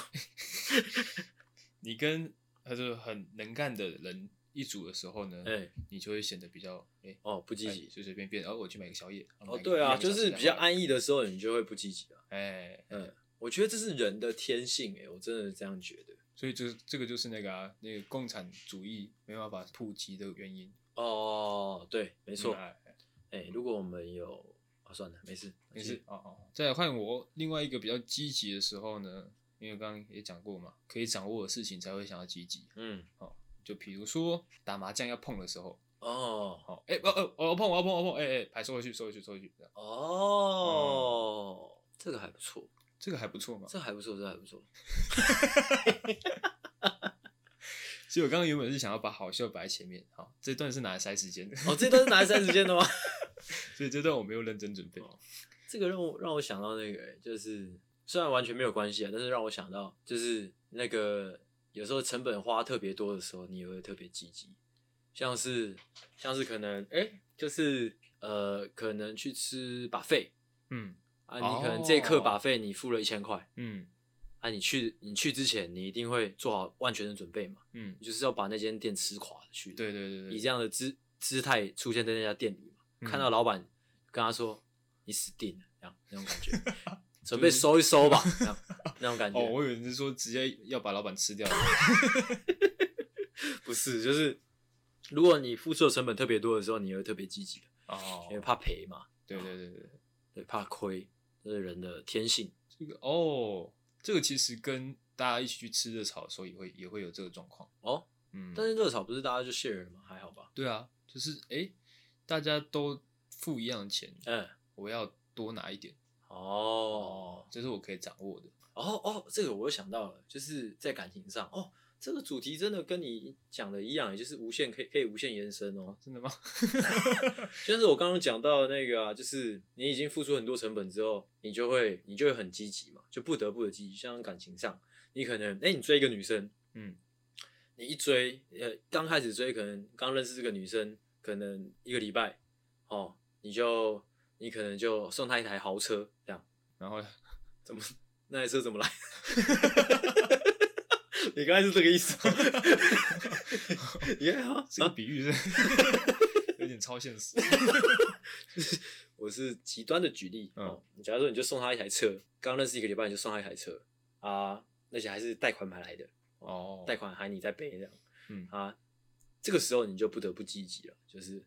[SPEAKER 1] 你跟他就是很能干的人一组的时候呢，
[SPEAKER 2] 哎、
[SPEAKER 1] 你就会显得比较哎，
[SPEAKER 2] 哦，不积
[SPEAKER 1] 哎
[SPEAKER 2] 极。
[SPEAKER 1] 随随便便，哦，我去买个宵夜。然后
[SPEAKER 2] 哦，
[SPEAKER 1] 买个
[SPEAKER 2] 对啊，
[SPEAKER 1] 一两个
[SPEAKER 2] 就
[SPEAKER 1] 小时
[SPEAKER 2] 是
[SPEAKER 1] 再
[SPEAKER 2] 比较
[SPEAKER 1] 回来。
[SPEAKER 2] 安逸的时候，你就会不积极啊。
[SPEAKER 1] 哎，
[SPEAKER 2] 嗯，我觉得这是人的天性、哎，我真的这样觉得。
[SPEAKER 1] 所以就是这个就是那个啊，那个共产主义没办法普及的原因。
[SPEAKER 2] 哦，对，没
[SPEAKER 1] 没
[SPEAKER 2] 错。哎、
[SPEAKER 1] 哎
[SPEAKER 2] 如果我们有啊，算了，没事，
[SPEAKER 1] 没
[SPEAKER 2] 继
[SPEAKER 1] 事
[SPEAKER 2] 续。
[SPEAKER 1] 哦哦。再来换我另外一个比较积极的时候呢，因为刚刚也讲过嘛，可以掌握的事情才会想要积极。
[SPEAKER 2] 嗯，
[SPEAKER 1] 就比如说打麻将要碰的时候，
[SPEAKER 2] 哦，
[SPEAKER 1] 哦，哎、不呃，我要碰，我要碰，我要碰，哎、哎、牌收回去，收回去，收回去，这样
[SPEAKER 2] 哦，
[SPEAKER 1] 嗯
[SPEAKER 2] 这个还不错，
[SPEAKER 1] 这个还不错嘛。
[SPEAKER 2] 这个还不错，这个还不错。
[SPEAKER 1] 其实我刚刚原本是想要把好笑摆在前面，好，这段是拿来塞时间的，
[SPEAKER 2] 哦，这段是拿来三时间的吗？
[SPEAKER 1] 所以这段我没有认真准备。
[SPEAKER 2] 哦这个让我让我想到那个、哎就是虽然完全没有关系啊，但是让我想到就是那个有时候成本花特别多的时候，你也会特别积极，像是像是可能哎、就是呃，可能去吃把费
[SPEAKER 1] 嗯
[SPEAKER 2] 啊，你可能这一
[SPEAKER 1] 哦
[SPEAKER 2] 刻把费你付了一千块。
[SPEAKER 1] 嗯，
[SPEAKER 2] 啊，你去你去之前，你一定会做好万全的准备嘛，
[SPEAKER 1] 嗯，
[SPEAKER 2] 你就是要把那间店吃垮的去，，
[SPEAKER 1] 对对对对，
[SPEAKER 2] 以这样的姿姿态出现在那家店里嘛，
[SPEAKER 1] 嗯
[SPEAKER 2] 看到老板跟他说你死定了，这样那种感觉， 准备收一收吧，这样那种感觉，
[SPEAKER 1] 哦，我以为你是说直接要把老板吃掉，
[SPEAKER 2] 不是，就是如果你付出的成本特别多的时候，你会特别积极的，
[SPEAKER 1] 哦
[SPEAKER 2] 因为，怕赔嘛，
[SPEAKER 1] 对对对对，
[SPEAKER 2] 对，怕亏，这是人的天性。
[SPEAKER 1] 这个哦，这个其实跟大家一起去吃热炒的时候也会也会有这个状况，
[SPEAKER 2] 哦，
[SPEAKER 1] 嗯，
[SPEAKER 2] 但是热炒不是大家就 share 了吗？还好吧。
[SPEAKER 1] 对啊，就是诶，大家都付一样的钱，
[SPEAKER 2] 嗯，
[SPEAKER 1] 我要多拿一点，
[SPEAKER 2] 哦，
[SPEAKER 1] 这是我可以掌握的，
[SPEAKER 2] 哦哦，这个我又想到了，就是在感情上，哦，这个主题真的跟你讲的一样，也欸就是无限可以可以无限延伸哦。
[SPEAKER 1] 真的吗？
[SPEAKER 2] 就像是我刚刚讲到的那个啊，就是你已经付出很多成本之后，你就会你就会很积极嘛，就不得不的积极。像感情上，你可能哎、你追一个女生，
[SPEAKER 1] 嗯，
[SPEAKER 2] 你一追，呃，刚开始追可能刚认识这个女生，可能一个礼拜，哦，你就你可能就送她一台豪车，这样，
[SPEAKER 1] 然 后呢
[SPEAKER 2] 那台车怎么来？ 你刚才是这个意思吗？ 你看啊，
[SPEAKER 1] 这个比喻是 有点超现实，
[SPEAKER 2] 我是极端的举例，
[SPEAKER 1] 嗯
[SPEAKER 2] 哦，假如说你就送他一台车，刚认识一个礼拜你就送他一台车啊，而且还是贷款买来的，
[SPEAKER 1] 哦，
[SPEAKER 2] 贷款还你在背这样
[SPEAKER 1] 嗯
[SPEAKER 2] 啊，这个时候你就不得不积极了，就是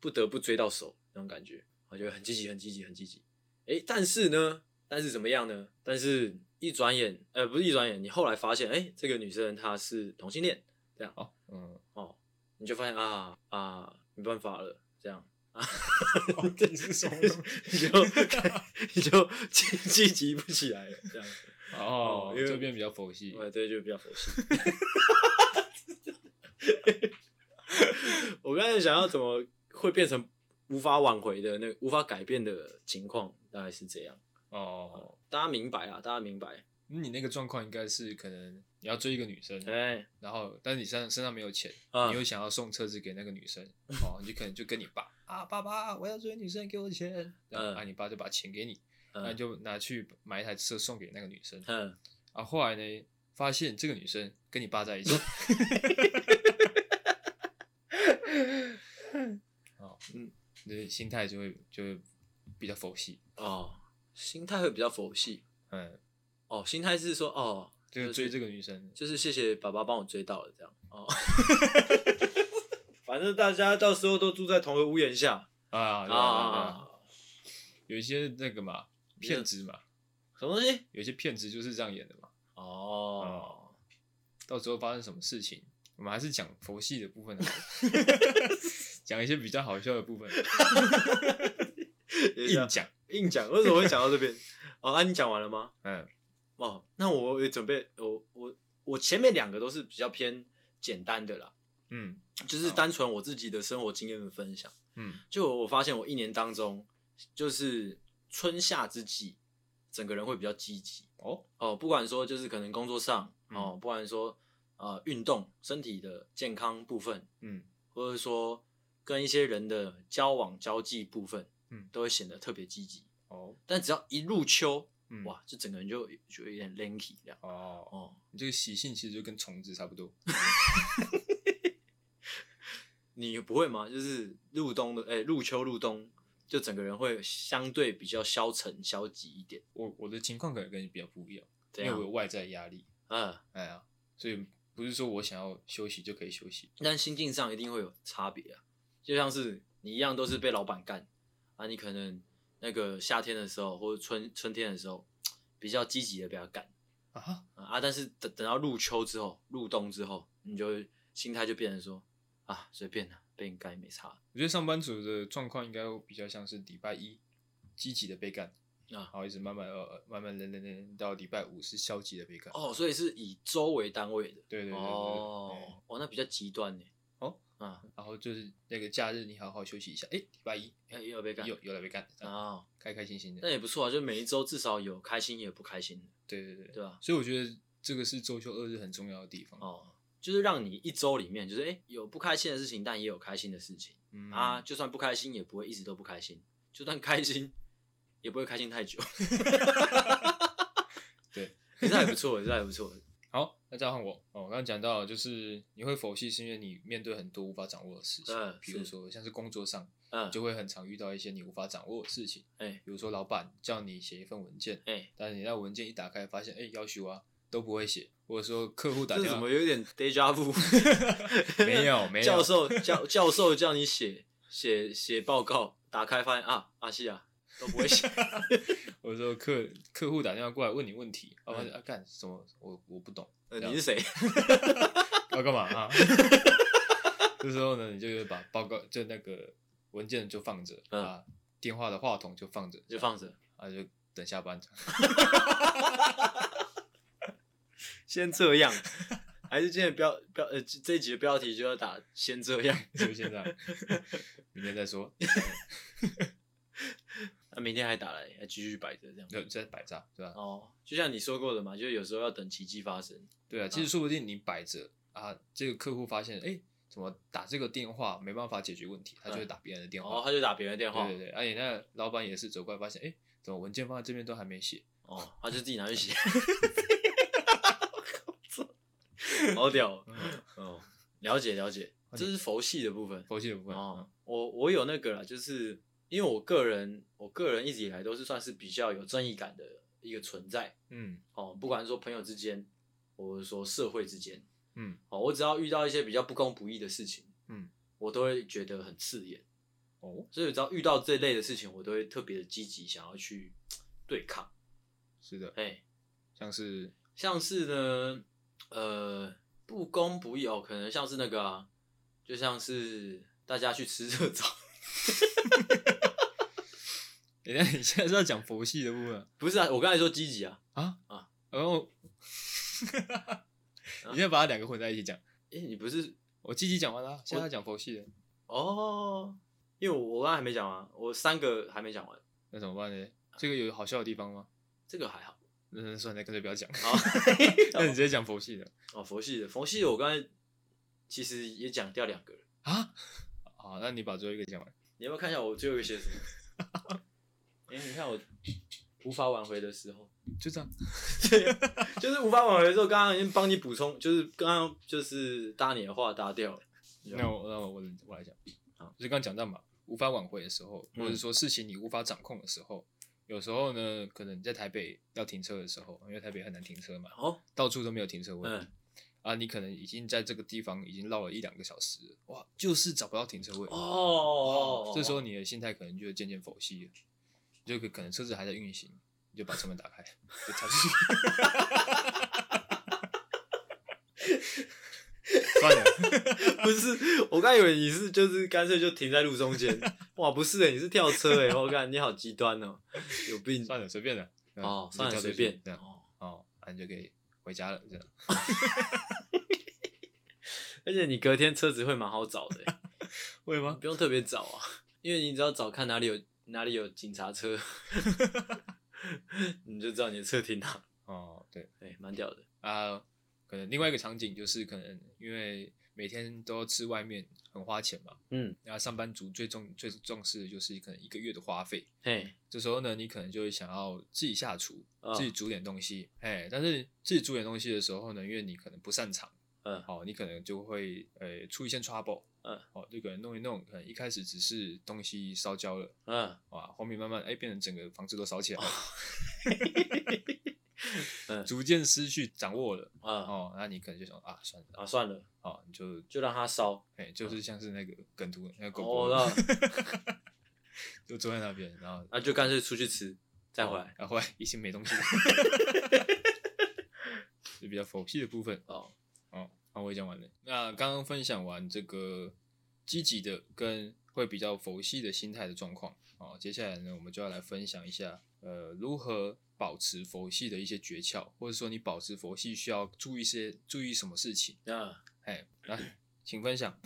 [SPEAKER 2] 不得不追到手那种感觉，我觉得很积极，很积极，很积极。诶，但是呢，但是怎么样呢？但是一转眼，呃，不是一转眼，你后来发现，诶，这个女生她是同性恋，
[SPEAKER 1] 好， 嗯，
[SPEAKER 2] 哦，你就发现啊啊，没办法了，这样。
[SPEAKER 1] 哦这是什么东西？
[SPEAKER 2] 你就你就积积极不起来了，这 样，
[SPEAKER 1] 哦，
[SPEAKER 2] 因为
[SPEAKER 1] 这边比较佛系，
[SPEAKER 2] 对对，就比较佛系。 我刚才想要怎么会变成无法挽回的那个无法改变的情况，大概是这样。
[SPEAKER 1] 哦，
[SPEAKER 2] 大家明白啊，大家明白。
[SPEAKER 1] 你那个状况应该是可能你要追一个女生，
[SPEAKER 2] 哎，
[SPEAKER 1] 然后但是你身身上没有钱，
[SPEAKER 2] 啊
[SPEAKER 1] 你又想要送车子给那个女生，哦，你就可能就跟你爸啊，爸爸，我要追女生，给我钱，然后
[SPEAKER 2] 嗯
[SPEAKER 1] 啊，你爸就把钱给你，那
[SPEAKER 2] 嗯
[SPEAKER 1] 你就拿去买一台车送给那个女生，
[SPEAKER 2] 嗯，
[SPEAKER 1] 啊，后来呢，发现这个女生跟你爸在一起，哦，嗯，你心态就会就会比较佛系，
[SPEAKER 2] 哦，心态会比较佛系。
[SPEAKER 1] 嗯，
[SPEAKER 2] 哦，心态是说，哦，
[SPEAKER 1] 就是追这个女生，
[SPEAKER 2] 就是谢谢爸爸帮我追到了这样 哦。反正大家到时候都住在同一个屋檐下
[SPEAKER 1] 啊，对啊对啊对啊
[SPEAKER 2] 啊，，
[SPEAKER 1] 有一些那个嘛，骗子嘛，
[SPEAKER 2] 什么东西？
[SPEAKER 1] 有一些骗子就是这样演的嘛，
[SPEAKER 2] 哦，
[SPEAKER 1] 到时候发生什么事情，我们还是讲佛系的部分好了， 讲一些比较好笑的部分，硬
[SPEAKER 2] 硬
[SPEAKER 1] 讲，
[SPEAKER 2] 啊硬讲，为什么会讲到这边？哦，啊，你讲完了吗？
[SPEAKER 1] 嗯，
[SPEAKER 2] 哦，那我也准备，我我我前面两个都是比较偏简单的啦，
[SPEAKER 1] 嗯
[SPEAKER 2] 就是单纯我自己的生活经验的分享。
[SPEAKER 1] 嗯，
[SPEAKER 2] 就我发现我一年当中，就是春夏之际，整个人会比较积极。
[SPEAKER 1] 哦，
[SPEAKER 2] 哦，不管说就是可能工作上
[SPEAKER 1] 嗯
[SPEAKER 2] 哦，不管说呃运动、身体的健康部分，
[SPEAKER 1] 嗯
[SPEAKER 2] 或者说跟一些人的交往交际部分，
[SPEAKER 1] 嗯
[SPEAKER 2] 都会显得特别积极。
[SPEAKER 1] 哦，
[SPEAKER 2] 但只要一入秋，
[SPEAKER 1] 嗯，
[SPEAKER 2] 哇，就整个人就就有点 lanky 这样。
[SPEAKER 1] 哦。
[SPEAKER 2] 哦，
[SPEAKER 1] 你这个习性其实就跟虫子差不多。
[SPEAKER 2] 你不会吗？就是入冬的，哎、入秋入冬，就整个人会相对比较消沉、消极一点。
[SPEAKER 1] 我我的情况可能跟你比较不一样，因
[SPEAKER 2] 这
[SPEAKER 1] 为
[SPEAKER 2] 样
[SPEAKER 1] 我，有外在压力，
[SPEAKER 2] 嗯，
[SPEAKER 1] 哎呀，所以不是说我想要休息就可以休息。
[SPEAKER 2] 但心境上一定会有差别啊。就像是你一样都是被老板干啊，你可能那个夏天的时候或者春春天的时候比较积极的被他干
[SPEAKER 1] 啊，
[SPEAKER 2] 啊，但是等等到入秋之后、入冬之后，你就会心态就变成说啊，随便了，被你干也没差
[SPEAKER 1] 我觉得上班族的状况应该会比较像是礼拜一积极的被干，然
[SPEAKER 2] 啊。
[SPEAKER 1] 后一直慢慢呃慢慢连连连到礼拜五是消极的被干。
[SPEAKER 2] 哦，所以是以周为单位的。
[SPEAKER 1] 对对对对对哎对
[SPEAKER 2] 哦，哦，那比较极端呢。
[SPEAKER 1] 哦，
[SPEAKER 2] 啊，
[SPEAKER 1] 然后就是那个假日你好好休息一下，哎，礼拜一
[SPEAKER 2] 也也有被干
[SPEAKER 1] 又又来被干，这样
[SPEAKER 2] 啊，
[SPEAKER 1] 开开心心
[SPEAKER 2] 那
[SPEAKER 1] 的。
[SPEAKER 2] 也不错啊，就每一周至少有开心也有不开心的，
[SPEAKER 1] 对对对，
[SPEAKER 2] 对吧？
[SPEAKER 1] 所以我觉得这个是周休二日很重要的地方。
[SPEAKER 2] 哦，就是让你一周里面，就是哎、诶有不开心的事情，但也有开心的事情、
[SPEAKER 1] 嗯
[SPEAKER 2] 啊。，就算不开心，也不会一直都不开心； 就算开心，也不会开心太久。
[SPEAKER 1] 对，
[SPEAKER 2] 可是还不错，这还不错。
[SPEAKER 1] 好，那再换我哦。我刚刚讲到，就是你会佛系，是因为你面对很多无法掌握的事情，
[SPEAKER 2] 嗯
[SPEAKER 1] 比如
[SPEAKER 2] 是
[SPEAKER 1] 说像是工作上，
[SPEAKER 2] 嗯，
[SPEAKER 1] 就会很常遇到一些你无法掌握的事情，
[SPEAKER 2] 哎
[SPEAKER 1] 比如说老板叫你写一份文件，
[SPEAKER 2] 哎，
[SPEAKER 1] 但是你那文件一打开，发现哎要求啊都不会写，或者说客户打
[SPEAKER 2] 这
[SPEAKER 1] 电
[SPEAKER 2] 怎
[SPEAKER 1] 话
[SPEAKER 2] 么有点 deja vu？
[SPEAKER 1] 没有没有
[SPEAKER 2] 教授教教授叫你写写写报告，打开发现啊，阿西啊都不会写。
[SPEAKER 1] 我说客客户打电话过来问你问题，
[SPEAKER 2] 嗯
[SPEAKER 1] 啊，发现啊干什么我我不懂，
[SPEAKER 2] 呃你是谁？
[SPEAKER 1] 要干嘛啊？这时候呢，你就把报告就那个文件就放着，
[SPEAKER 2] 嗯
[SPEAKER 1] 啊，电话的话筒就放着，
[SPEAKER 2] 就放着，
[SPEAKER 1] 啊，就等下班。
[SPEAKER 2] 先这样。 还是今天的标标呃这这一集的标题就要打先这样。
[SPEAKER 1] 就 现在，明天再说，
[SPEAKER 2] 那啊明天还打来，还继续摆着这样。
[SPEAKER 1] 就再摆着，对吧？
[SPEAKER 2] 哦，就像你说过的嘛，就是有时候要等奇迹发生。
[SPEAKER 1] 对啊，其实说不定你摆着啊，这个客户发现，哎，怎么打这个电话没办法解决问题，他就会打别人的电
[SPEAKER 2] 然后
[SPEAKER 1] 话。
[SPEAKER 2] 他就打别人嗯哦的电话
[SPEAKER 1] 对，对对，而且那个老板也是走过来发现，哎，怎么文件放在这边都还没写？
[SPEAKER 2] 哦，他就自己拿去写。好屌
[SPEAKER 1] 嗯
[SPEAKER 2] 哦！哦，了解了解，这是佛系的部分。
[SPEAKER 1] 佛系的部分，
[SPEAKER 2] 哦
[SPEAKER 1] 嗯，
[SPEAKER 2] 我我有那个啦，就是因为我个人，我个人一直以来都是算是比较有正义感的一个存在
[SPEAKER 1] 嗯
[SPEAKER 2] 哦，不管说朋友之间，或者说社会之间，
[SPEAKER 1] 嗯
[SPEAKER 2] 哦，我只要遇到一些比较不公不义的事情，
[SPEAKER 1] 嗯，
[SPEAKER 2] 我都会觉得很刺眼，
[SPEAKER 1] 哦，
[SPEAKER 2] 所以只要遇到这类的事情，我都会特别的积极，想要去对抗。
[SPEAKER 1] 是的，
[SPEAKER 2] 哎、
[SPEAKER 1] 像是
[SPEAKER 2] 像是呢，呃，不公不义哦，可能像是那个、啊，就像是大家去吃热炒，
[SPEAKER 1] 等一下，你现在是要讲佛系的部分
[SPEAKER 2] 不是啊，我刚才说积极啊，
[SPEAKER 1] 啊
[SPEAKER 2] 啊？
[SPEAKER 1] 然后，你先把它两个混在一起讲。
[SPEAKER 2] 哎、你不是
[SPEAKER 1] 我积极讲完了，现在要讲佛系的，
[SPEAKER 2] 哦，因为我我刚才还没讲完，我三个还没讲完，
[SPEAKER 1] 那怎么办呢？这个有好笑的地方吗？
[SPEAKER 2] 这个还好。
[SPEAKER 1] 那那算了，干脆不要讲。
[SPEAKER 2] 好，
[SPEAKER 1] 那你直接讲佛系的
[SPEAKER 2] 哦，佛系的佛系的，我刚才其实也讲掉两个了，
[SPEAKER 1] 啊？好，那你把最后一个讲完。
[SPEAKER 2] 你要不要看一下我最后一个写什么？哎、你看我无法挽回的时候。
[SPEAKER 1] 就这样。
[SPEAKER 2] 啊就是无法挽回的时候，刚刚已经帮你补充，就是刚刚就是搭你的话搭掉了。
[SPEAKER 1] 那我那我我来讲
[SPEAKER 2] 好，
[SPEAKER 1] 就是刚刚讲到嘛，无法挽回的时候，
[SPEAKER 2] 嗯
[SPEAKER 1] 或者说事情你无法掌控的时候，有时候呢，可能你在台北要停车的时候，因为台北很难停车嘛，
[SPEAKER 2] 哦，
[SPEAKER 1] 到处都没有停车位。
[SPEAKER 2] 嗯，
[SPEAKER 1] 啊，你可能已经在这个地方已经绕了一两个小时了，哇，就是找不到停车位。
[SPEAKER 2] 哦，
[SPEAKER 1] 这时候你的心态可能就渐渐佛系了，就可可能车子还在运行，你就把车门打开，就插进去。算了，
[SPEAKER 2] 不是，我刚以为你是就是干脆就停在路中间，哇，不是欸，你是跳车哎，我感你好极端哦，有 病
[SPEAKER 1] 算了，随便了。嗯
[SPEAKER 2] 哦，算了，随便
[SPEAKER 1] 你就跳出去这样
[SPEAKER 2] 哦。
[SPEAKER 1] 哦，那你就可以回家了，这样。
[SPEAKER 2] 而且你隔天车子会蛮好找的欸，
[SPEAKER 1] 会
[SPEAKER 2] 你？不用特别找啊，因为你只要找看哪里有哪里有警察车， 你就知道你的车停哪，
[SPEAKER 1] 哦，对
[SPEAKER 2] 哎，蛮屌的，
[SPEAKER 1] 啊，可能另外一个场景就是可能因为每天都吃外面很花钱嘛，
[SPEAKER 2] 嗯，
[SPEAKER 1] 然后上班族最重最重视的就是可能一个月的花费，
[SPEAKER 2] 嘿，
[SPEAKER 1] 这时候呢，你可能就会想要自己下厨，
[SPEAKER 2] 啊
[SPEAKER 1] 自己煮点东西，哎，但是自己煮点东西的时候呢，因为你可能不擅长，
[SPEAKER 2] 嗯
[SPEAKER 1] 哦，你可能就会呃出一些 trouble，
[SPEAKER 2] 嗯，
[SPEAKER 1] 哦，就可能弄一弄，可能一开始只是东西烧焦了，
[SPEAKER 2] 嗯
[SPEAKER 1] 哇，后面慢慢哎变成整个房子都烧起来了，
[SPEAKER 2] 哦 嗯
[SPEAKER 1] 逐渐失去掌握了，
[SPEAKER 2] 嗯，
[SPEAKER 1] 哦，那你可能就想啊算了，
[SPEAKER 2] 啊，算了。
[SPEAKER 1] 哦，你就
[SPEAKER 2] 就让它烧。
[SPEAKER 1] 哎就是像是那个梗图那个狗
[SPEAKER 2] 哦，
[SPEAKER 1] 狗、
[SPEAKER 2] 那
[SPEAKER 1] 就坐在那边，然后哦
[SPEAKER 2] 那就干脆出去吃，再回来。
[SPEAKER 1] 然后后来已经没 东西了，就比较佛系的部分。
[SPEAKER 2] 哦，
[SPEAKER 1] 哦，那我也讲完了。那刚刚分享完这个积极的跟会比较佛系的心态的状况，哦，接下来呢，我们就要来分享一下，呃，如何保持佛系的一些诀窍，或者说你保持佛系需要注意些注意什么事情？
[SPEAKER 2] 嗯，
[SPEAKER 1] 哎，来，请分享。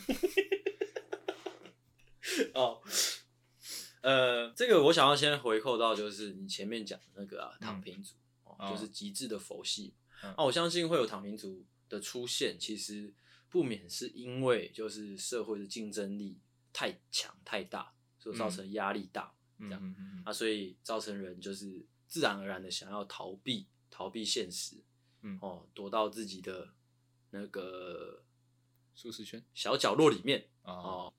[SPEAKER 2] 哦，呃，这个我想要先回扣到，就是你前面讲的那个啊，躺平族，
[SPEAKER 1] 哦
[SPEAKER 2] 哦、就是极致的佛系。那、
[SPEAKER 1] 嗯
[SPEAKER 2] 我相信会有躺平族的出现，其实不免是因为就是社会的竞争力太强太大，所造成压力大、
[SPEAKER 1] 嗯
[SPEAKER 2] 这样
[SPEAKER 1] 嗯嗯嗯
[SPEAKER 2] 啊，所以造成人就是自然而然的想要逃避逃避现实，
[SPEAKER 1] 嗯
[SPEAKER 2] 哦，躲到自己的那个
[SPEAKER 1] 舒适圈
[SPEAKER 2] 小角落里面。
[SPEAKER 1] 啊，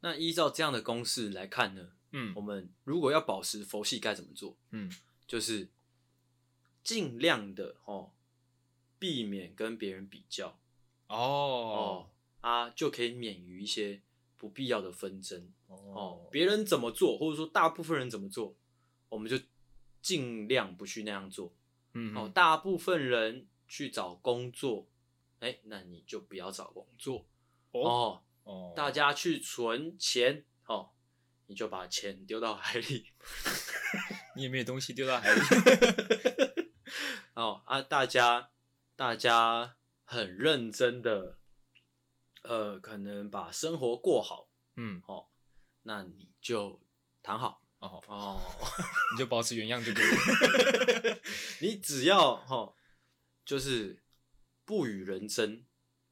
[SPEAKER 2] 那依照这样的公式来看呢，
[SPEAKER 1] 嗯
[SPEAKER 2] 我们如果要保持佛系该怎么做？
[SPEAKER 1] 嗯
[SPEAKER 2] 就是尽量的哦，避免跟别人比较
[SPEAKER 1] 哦
[SPEAKER 2] 哦啊，就可以免于一些不必要的纷争哦
[SPEAKER 1] 哦。
[SPEAKER 2] 别人怎么做，或者说大部分人怎么做，我们就尽量不去那样做
[SPEAKER 1] 嗯
[SPEAKER 2] 哦。
[SPEAKER 1] 哦
[SPEAKER 2] 大部分人去找工作，哎、那你就不要找工作
[SPEAKER 1] 哦
[SPEAKER 2] 哦。
[SPEAKER 1] 哦
[SPEAKER 2] 大家去存钱哦，你就把钱丢到海里
[SPEAKER 1] 你也没有东西丢到 海里，
[SPEAKER 2] 哦啊！大家大家很认真的，呃，可能把生活过好，
[SPEAKER 1] 嗯
[SPEAKER 2] 那你就躺好
[SPEAKER 1] 哦，
[SPEAKER 2] 哦。
[SPEAKER 1] 你就保持原样就可以了。
[SPEAKER 2] 你只要哦，就是不与人争，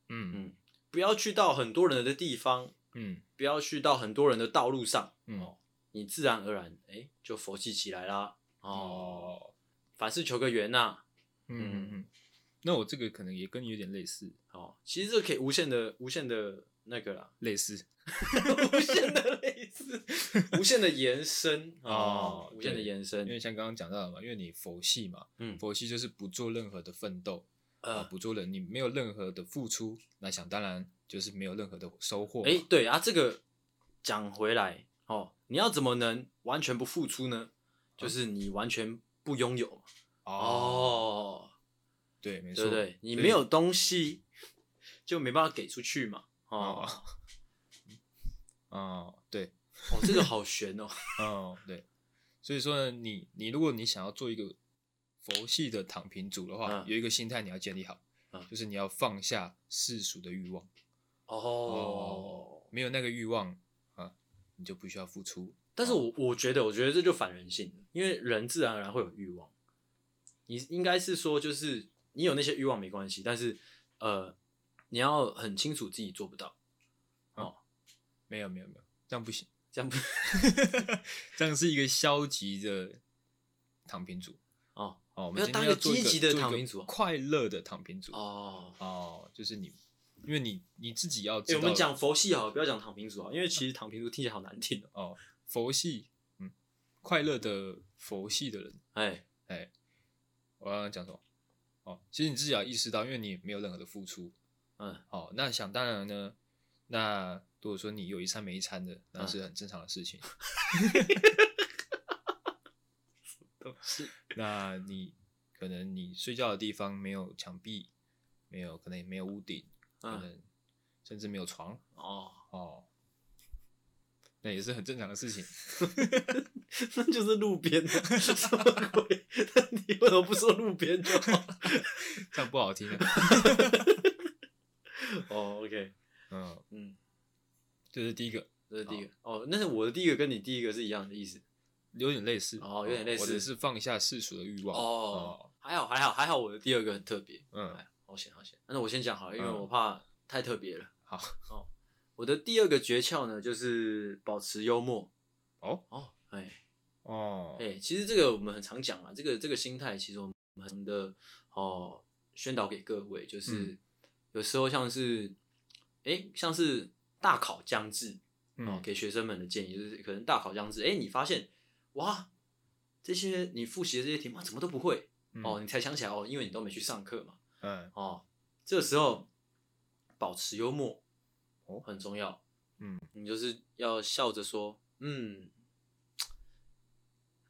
[SPEAKER 1] 嗯
[SPEAKER 2] 嗯，不要去到很多人的地方，
[SPEAKER 1] 嗯
[SPEAKER 2] 不要去到很多人的道路上，
[SPEAKER 1] 嗯
[SPEAKER 2] 哦你自然而然哎、就佛系起来啦哦。
[SPEAKER 1] 哦
[SPEAKER 2] 凡事求个缘呐、
[SPEAKER 1] 嗯嗯嗯，那我这个可能也跟你有点类似，
[SPEAKER 2] 哦，其实这可以无限的、无限的那个啦，
[SPEAKER 1] 类似
[SPEAKER 2] 无限的类似， 无限的延伸哦
[SPEAKER 1] 哦，
[SPEAKER 2] 无限的
[SPEAKER 1] 对
[SPEAKER 2] 延
[SPEAKER 1] 因为
[SPEAKER 2] 伸。
[SPEAKER 1] 像刚刚讲到的嘛，因为你佛系嘛，
[SPEAKER 2] 嗯，
[SPEAKER 1] 佛系就是不做任何的奋斗啊，
[SPEAKER 2] 呃，
[SPEAKER 1] 不做任你没有任何的付出，那想当然就是没有任何的收获嘛。
[SPEAKER 2] 哎，对啊，这个讲回来哦，你要怎么能完全不付出呢？就是你完全不拥有嘛。
[SPEAKER 1] 哦，
[SPEAKER 2] 哦，
[SPEAKER 1] 对，没
[SPEAKER 2] 对
[SPEAKER 1] 错，
[SPEAKER 2] 不对？你没有东西，就没办法给出去嘛。哦
[SPEAKER 1] 哦， 嗯哦，对，
[SPEAKER 2] 哦，这个好悬哦。
[SPEAKER 1] 哦，对，所以说呢，你你如果你想要做一个佛系的躺平族的话，
[SPEAKER 2] 嗯
[SPEAKER 1] 有一个心态你要建立好，
[SPEAKER 2] 嗯
[SPEAKER 1] 就是你要放下世俗的欲望，
[SPEAKER 2] 哦，
[SPEAKER 1] 没有那个欲望啊，你就不需要付出。
[SPEAKER 2] 但是我我觉得，我觉得这就反人性了，因为人自然而然会有欲望。你应该是说，就是你有那些欲望没关系，但是呃，你要很清楚自己做不到，
[SPEAKER 1] 没有没有没有，这样不行，
[SPEAKER 2] 这样不
[SPEAKER 1] 这样是一个消极的躺平族。
[SPEAKER 2] 哦
[SPEAKER 1] 哦，我
[SPEAKER 2] 要
[SPEAKER 1] 们今
[SPEAKER 2] 当
[SPEAKER 1] 天
[SPEAKER 2] 一
[SPEAKER 1] 要
[SPEAKER 2] 个
[SPEAKER 1] 做一
[SPEAKER 2] 积
[SPEAKER 1] 个
[SPEAKER 2] 极的
[SPEAKER 1] 做一
[SPEAKER 2] 躺
[SPEAKER 1] 个
[SPEAKER 2] 平族啊
[SPEAKER 1] 快乐的躺平族。
[SPEAKER 2] 哦。
[SPEAKER 1] 哦，就是你，因为你你自己要知
[SPEAKER 2] 哎，
[SPEAKER 1] 道。
[SPEAKER 2] 我们讲佛系好了，不要讲躺平族啊，因为其实躺平族听起来好难听哦。
[SPEAKER 1] 哦，佛系，嗯，快乐的佛系的人，
[SPEAKER 2] 哎，
[SPEAKER 1] 哎，我刚刚讲什么？哦，其实你自己要意识到，因为你没有任何的付出。
[SPEAKER 2] 嗯，
[SPEAKER 1] 哦，那想当然呢，那如果说你有一餐没一餐的，那是很正常的事情。
[SPEAKER 2] 是
[SPEAKER 1] 那你可能你睡觉的地方没有墙壁，没有可能也没有屋顶，可
[SPEAKER 2] 嗯
[SPEAKER 1] 能甚至没有床
[SPEAKER 2] 哦，
[SPEAKER 1] 哦，那也是很正常的事情。
[SPEAKER 2] 那就是路 边的，什么鬼？ 那你为什么不说路边就好？
[SPEAKER 1] 这样不好听啊。
[SPEAKER 2] 哦，OK，
[SPEAKER 1] 嗯，
[SPEAKER 2] 嗯，
[SPEAKER 1] 这是第一个，
[SPEAKER 2] 这是第一个。哦，那是我的第一个跟你第一个是一样的意思。
[SPEAKER 1] 有点类似
[SPEAKER 2] 哦有点类似
[SPEAKER 1] 我的是放下世俗的欲望。
[SPEAKER 2] 哦，还好还好还好，我的第二个很特别，
[SPEAKER 1] 嗯
[SPEAKER 2] 哎，好险好险。那我先讲好了，因为
[SPEAKER 1] 嗯
[SPEAKER 2] 我怕太特别了。
[SPEAKER 1] 好
[SPEAKER 2] 哦，我的第二个诀窍呢，就是保持幽默。
[SPEAKER 1] 哦
[SPEAKER 2] 哦，哎
[SPEAKER 1] 哦，
[SPEAKER 2] 哎，其实这个我们很常讲啊，这个这个心态，其实我们很的哦宣导给各位，就是
[SPEAKER 1] 嗯
[SPEAKER 2] 有时候像是哎、像是大考将至，哦
[SPEAKER 1] 嗯，
[SPEAKER 2] 给学生们的建议就是，可能大考将至，哎、你发现哇，这些你复习的这些题目啊怎么都不会、
[SPEAKER 1] 嗯
[SPEAKER 2] 哦，，你才想起来哦，因为你都没去上课嘛，
[SPEAKER 1] 嗯
[SPEAKER 2] 哦，这个时候保持幽默
[SPEAKER 1] 哦
[SPEAKER 2] 很重要，
[SPEAKER 1] 嗯，
[SPEAKER 2] 你就是要笑着说，嗯，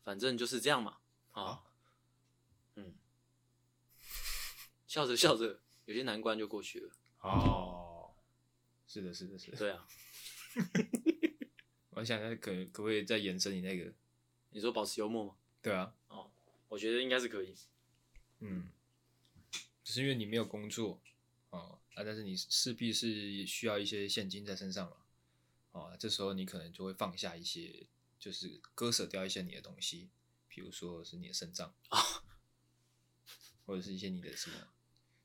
[SPEAKER 2] 反正就是这样嘛，啊、
[SPEAKER 1] 啊
[SPEAKER 2] 嗯，笑着笑着，有些难关就过去了，
[SPEAKER 1] 哦，是的，是的，是的。
[SPEAKER 2] 对啊，
[SPEAKER 1] 我想想，可可不可以再延伸你那个？
[SPEAKER 2] 你说保持幽默吗？
[SPEAKER 1] 对啊，
[SPEAKER 2] 我觉得应该是可以，
[SPEAKER 1] 嗯，只是因为你没有工作哦，啊，但是你势必是需要一些现金在身上嘛，哦，这时候你可能就会放下一些，就是割舍掉一些你的东西，比如说是你的肾脏
[SPEAKER 2] 哦
[SPEAKER 1] 啊，或者是一些你的什么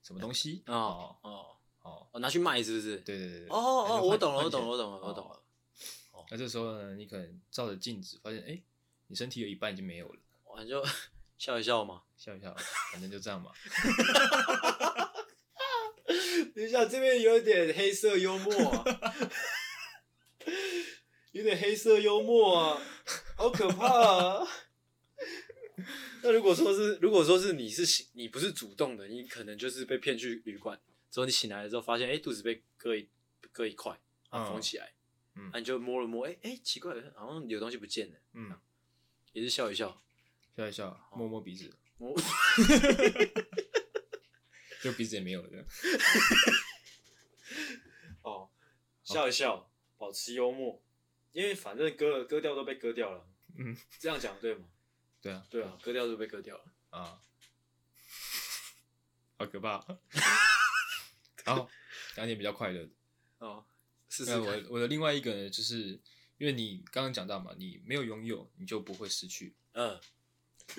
[SPEAKER 1] 什么东西
[SPEAKER 2] 哦哦。
[SPEAKER 1] 哦，
[SPEAKER 2] 哦，拿去卖是不是？
[SPEAKER 1] 对对对对，
[SPEAKER 2] 哦哦，
[SPEAKER 1] 那就换
[SPEAKER 2] 我懂了，我
[SPEAKER 1] 换
[SPEAKER 2] 懂了，
[SPEAKER 1] 钱
[SPEAKER 2] 我懂了，我
[SPEAKER 1] 哦
[SPEAKER 2] 懂了。
[SPEAKER 1] 那这时候呢，你可能照着镜子发现，哎、你身体有一半已经没有了，
[SPEAKER 2] 我就 笑一笑嘛。
[SPEAKER 1] 笑一笑，反正就这 样嘛。嗯
[SPEAKER 2] 等一下，这边有点黑色幽默、啊， 有点黑色幽默啊，好可怕啊！那如果说是，如果说是你是醒你不是主动的，你可能就是被骗去旅馆，之后你醒来之后发现，哎、肚子被割一割一块，啊，
[SPEAKER 1] 嗯
[SPEAKER 2] 缝起来，
[SPEAKER 1] 嗯
[SPEAKER 2] 啊，你就摸了摸，哎、哎、奇怪，好像有东西不见了，
[SPEAKER 1] 嗯，
[SPEAKER 2] 也是笑一笑，
[SPEAKER 1] 笑一笑，摸摸鼻子，
[SPEAKER 2] 哦摸，
[SPEAKER 1] 就鼻子也没有了这样。
[SPEAKER 2] 哦，笑一笑，保持幽默，因为反正割了割掉都被割掉了，
[SPEAKER 1] 嗯，
[SPEAKER 2] 这样讲对吗？
[SPEAKER 1] 对啊，
[SPEAKER 2] 对啊，割掉就被割掉了。
[SPEAKER 1] 啊，好可怕。啊 好，讲点比较快乐的。
[SPEAKER 2] 哦，试试
[SPEAKER 1] 那
[SPEAKER 2] 看。
[SPEAKER 1] 哎我我的另外一个呢，就是因为你刚刚讲到嘛，你没有拥有，你就不会失去。
[SPEAKER 2] 嗯，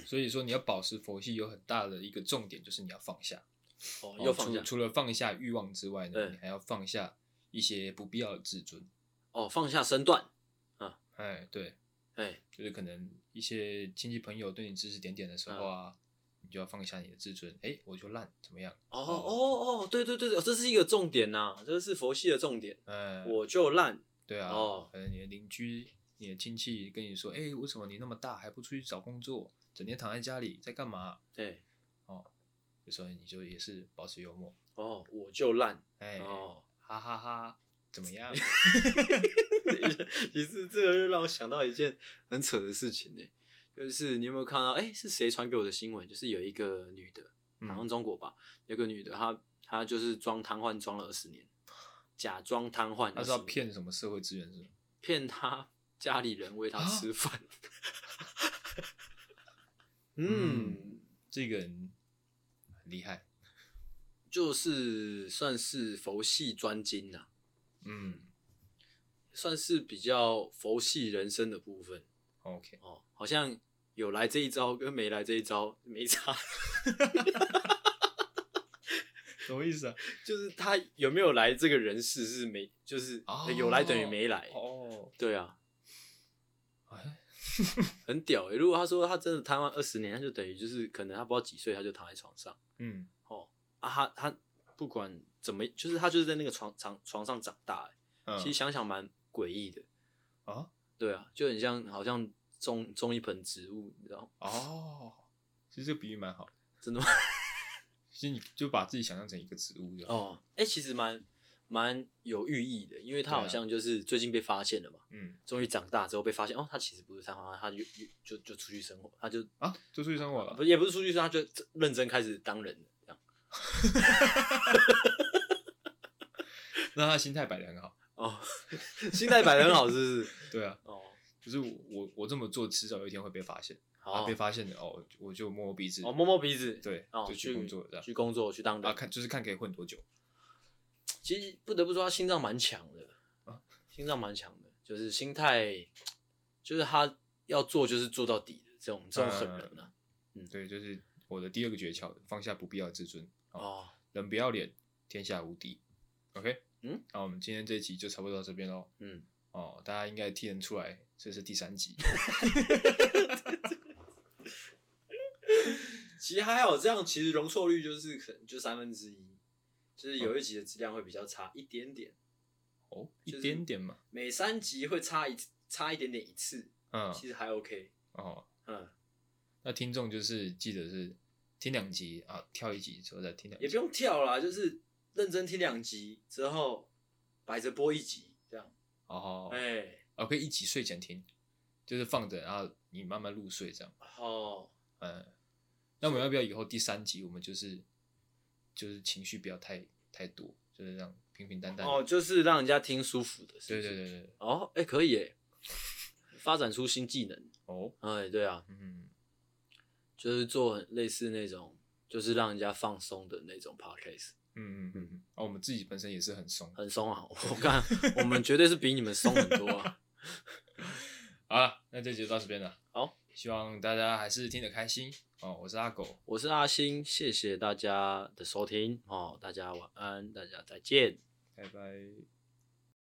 [SPEAKER 1] 所以说，你要保持佛系，有很大的一个重点就是你要放下。
[SPEAKER 2] 哦，又放
[SPEAKER 1] 除
[SPEAKER 2] 下，
[SPEAKER 1] 除了放下欲望之外呢，
[SPEAKER 2] 对
[SPEAKER 1] 你还要放下一些不必要的自尊。
[SPEAKER 2] 哦，放下身段，
[SPEAKER 1] 哎，对，
[SPEAKER 2] 哎，
[SPEAKER 1] 就是可能一些亲戚朋友对你指指点点的时
[SPEAKER 2] 嗯
[SPEAKER 1] 候啊，你就要放下你的自尊。哎，我就烂，怎么样？
[SPEAKER 2] 哦哦哦，对对对，这是一个重点呐、这是佛系的重点。
[SPEAKER 1] 哎，
[SPEAKER 2] 我就烂，
[SPEAKER 1] 对啊，
[SPEAKER 2] 哦
[SPEAKER 1] 可能你的邻居、你的亲戚跟你说，哎、为什么你那么大还不出去找工作，整天躺在家里在干嘛？
[SPEAKER 2] 哎，
[SPEAKER 1] 哦，有时候你就也是保持幽默，
[SPEAKER 2] 哦，我就烂，
[SPEAKER 1] 哎、
[SPEAKER 2] 哦，
[SPEAKER 1] 哈哈哈，怎 么样？
[SPEAKER 2] 其实这个又让我想到一件很扯的事情呢、就是你有没有看到？哎、是谁传给我的新闻？就是有一个女的，好像
[SPEAKER 1] 嗯，
[SPEAKER 2] 中国吧，有个女的，她她就是装瘫痪装了二十年，假装瘫痪20年，
[SPEAKER 1] 他是要骗什么社会资源是吗？
[SPEAKER 2] 骗她家里人喂她
[SPEAKER 1] 啊
[SPEAKER 2] 吃 饭。嗯，
[SPEAKER 1] 这个人很厉害，
[SPEAKER 2] 就是算是佛系专精呐、啊
[SPEAKER 1] 嗯
[SPEAKER 2] 算是比较佛系人生的部分
[SPEAKER 1] ，OK，
[SPEAKER 2] 哦。好像有来这一招跟没来这一招没差，
[SPEAKER 1] 什么意思啊？
[SPEAKER 2] 就是他有没有来这个人世是没，就是
[SPEAKER 1] 哦
[SPEAKER 2] 有来等于没来。
[SPEAKER 1] 哦，
[SPEAKER 2] 对啊，
[SPEAKER 1] 哎，
[SPEAKER 2] 很屌诶、如果他说他真的瘫痪二十年，他就等于就是可能他不知道几岁他就躺在床上
[SPEAKER 1] 嗯，
[SPEAKER 2] 哦啊他他不管怎么，就是他就是在那个床床床上长大、欸。
[SPEAKER 1] 嗯
[SPEAKER 2] 其实想想蛮诡异的，
[SPEAKER 1] 啊，
[SPEAKER 2] 对啊，就很像好像种种一盆植物，你知道吗？
[SPEAKER 1] 哦，其实这个比喻蛮好的，
[SPEAKER 2] 真的吗？
[SPEAKER 1] 其实你就把自己想象成一个植物就好，
[SPEAKER 2] 哦，哎、其实蛮蛮有寓意的，因为他
[SPEAKER 1] 对啊
[SPEAKER 2] 好像就是最近被发现了嘛，
[SPEAKER 1] 嗯
[SPEAKER 2] 终于长大之后被发现，哦，他其实不是瘫痪，他就就就就出去生活，他就
[SPEAKER 1] 啊，就出去生活了
[SPEAKER 2] 不。也不是出去生活，他就认真开始当人了，这样。
[SPEAKER 1] 那他心态摆得很好。
[SPEAKER 2] 哦， 心态摆得很好，是不是？
[SPEAKER 1] 对啊，
[SPEAKER 2] 哦，
[SPEAKER 1] 就是我我这么做，迟早有一天会被发现。啊，
[SPEAKER 2] 好
[SPEAKER 1] 被，发现的哦，我就摸摸鼻子，
[SPEAKER 2] 哦，摸摸鼻子，，
[SPEAKER 1] 对，
[SPEAKER 2] 哦，
[SPEAKER 1] 就去工作这样。
[SPEAKER 2] 去工作，去当
[SPEAKER 1] 啊，
[SPEAKER 2] 人。
[SPEAKER 1] 看就是看可以混多久。
[SPEAKER 2] 其实不得不说，他心脏蛮强的
[SPEAKER 1] 啊，
[SPEAKER 2] 心脏蛮强的，就是心态，就是他要做就是做到底的这种这种狠人啊。
[SPEAKER 1] 对，就是我的第二个诀窍，放下不必要的自尊，嗯
[SPEAKER 2] 哦，
[SPEAKER 1] 人不要脸，天下无敌。OK，
[SPEAKER 2] 嗯，
[SPEAKER 1] 那我们今天这一集就差不多到这边喽。
[SPEAKER 2] 嗯，
[SPEAKER 1] 哦，大家应该听得出来，这是第三集。
[SPEAKER 2] 其实还好，这样其实容错率就是可能就三分之一，就是有一集的质量会比较差一点点，
[SPEAKER 1] 哦，
[SPEAKER 2] 就是
[SPEAKER 1] 一点点嘛。
[SPEAKER 2] 每三集会差一差一点点一次，
[SPEAKER 1] 嗯，
[SPEAKER 2] 其实还 OK。
[SPEAKER 1] 哦，
[SPEAKER 2] 嗯，
[SPEAKER 1] 那听众就是记得是听两集啊，跳一集之后再听两
[SPEAKER 2] 也
[SPEAKER 1] 集。
[SPEAKER 2] 不用跳啦，就是认真听两集之后，摆着播一集这样。
[SPEAKER 1] 哦，
[SPEAKER 2] 哎、
[SPEAKER 1] 哦，可以一起睡前听，就是放着，然后你慢慢入睡这样。
[SPEAKER 2] 哦，
[SPEAKER 1] 嗯，那我们要不要以后第三集我们就是就是情绪不要太太多，就是这样平平淡淡的。
[SPEAKER 2] 哦，就是让人家听舒服的，是
[SPEAKER 1] 对
[SPEAKER 2] 不是
[SPEAKER 1] 对。对对，
[SPEAKER 2] 哦，哎、可以耶，发展出新技能。
[SPEAKER 1] 哦，
[SPEAKER 2] 哎，对啊，
[SPEAKER 1] 嗯，
[SPEAKER 2] 就是做很类似那种，就是让人家放松的那种 podcast，
[SPEAKER 1] 嗯嗯嗯嗯，哦，我们自己本身也是很松。
[SPEAKER 2] 很松啊。我看我们绝对是比你们松很多啊。
[SPEAKER 1] 好了，那这集就到这边了。
[SPEAKER 2] 好，
[SPEAKER 1] 希望大家还是听得开心哦。我是阿狗，
[SPEAKER 2] 我是阿星，谢谢大家的收听哦，大家晚安，大家再见。
[SPEAKER 1] 拜拜。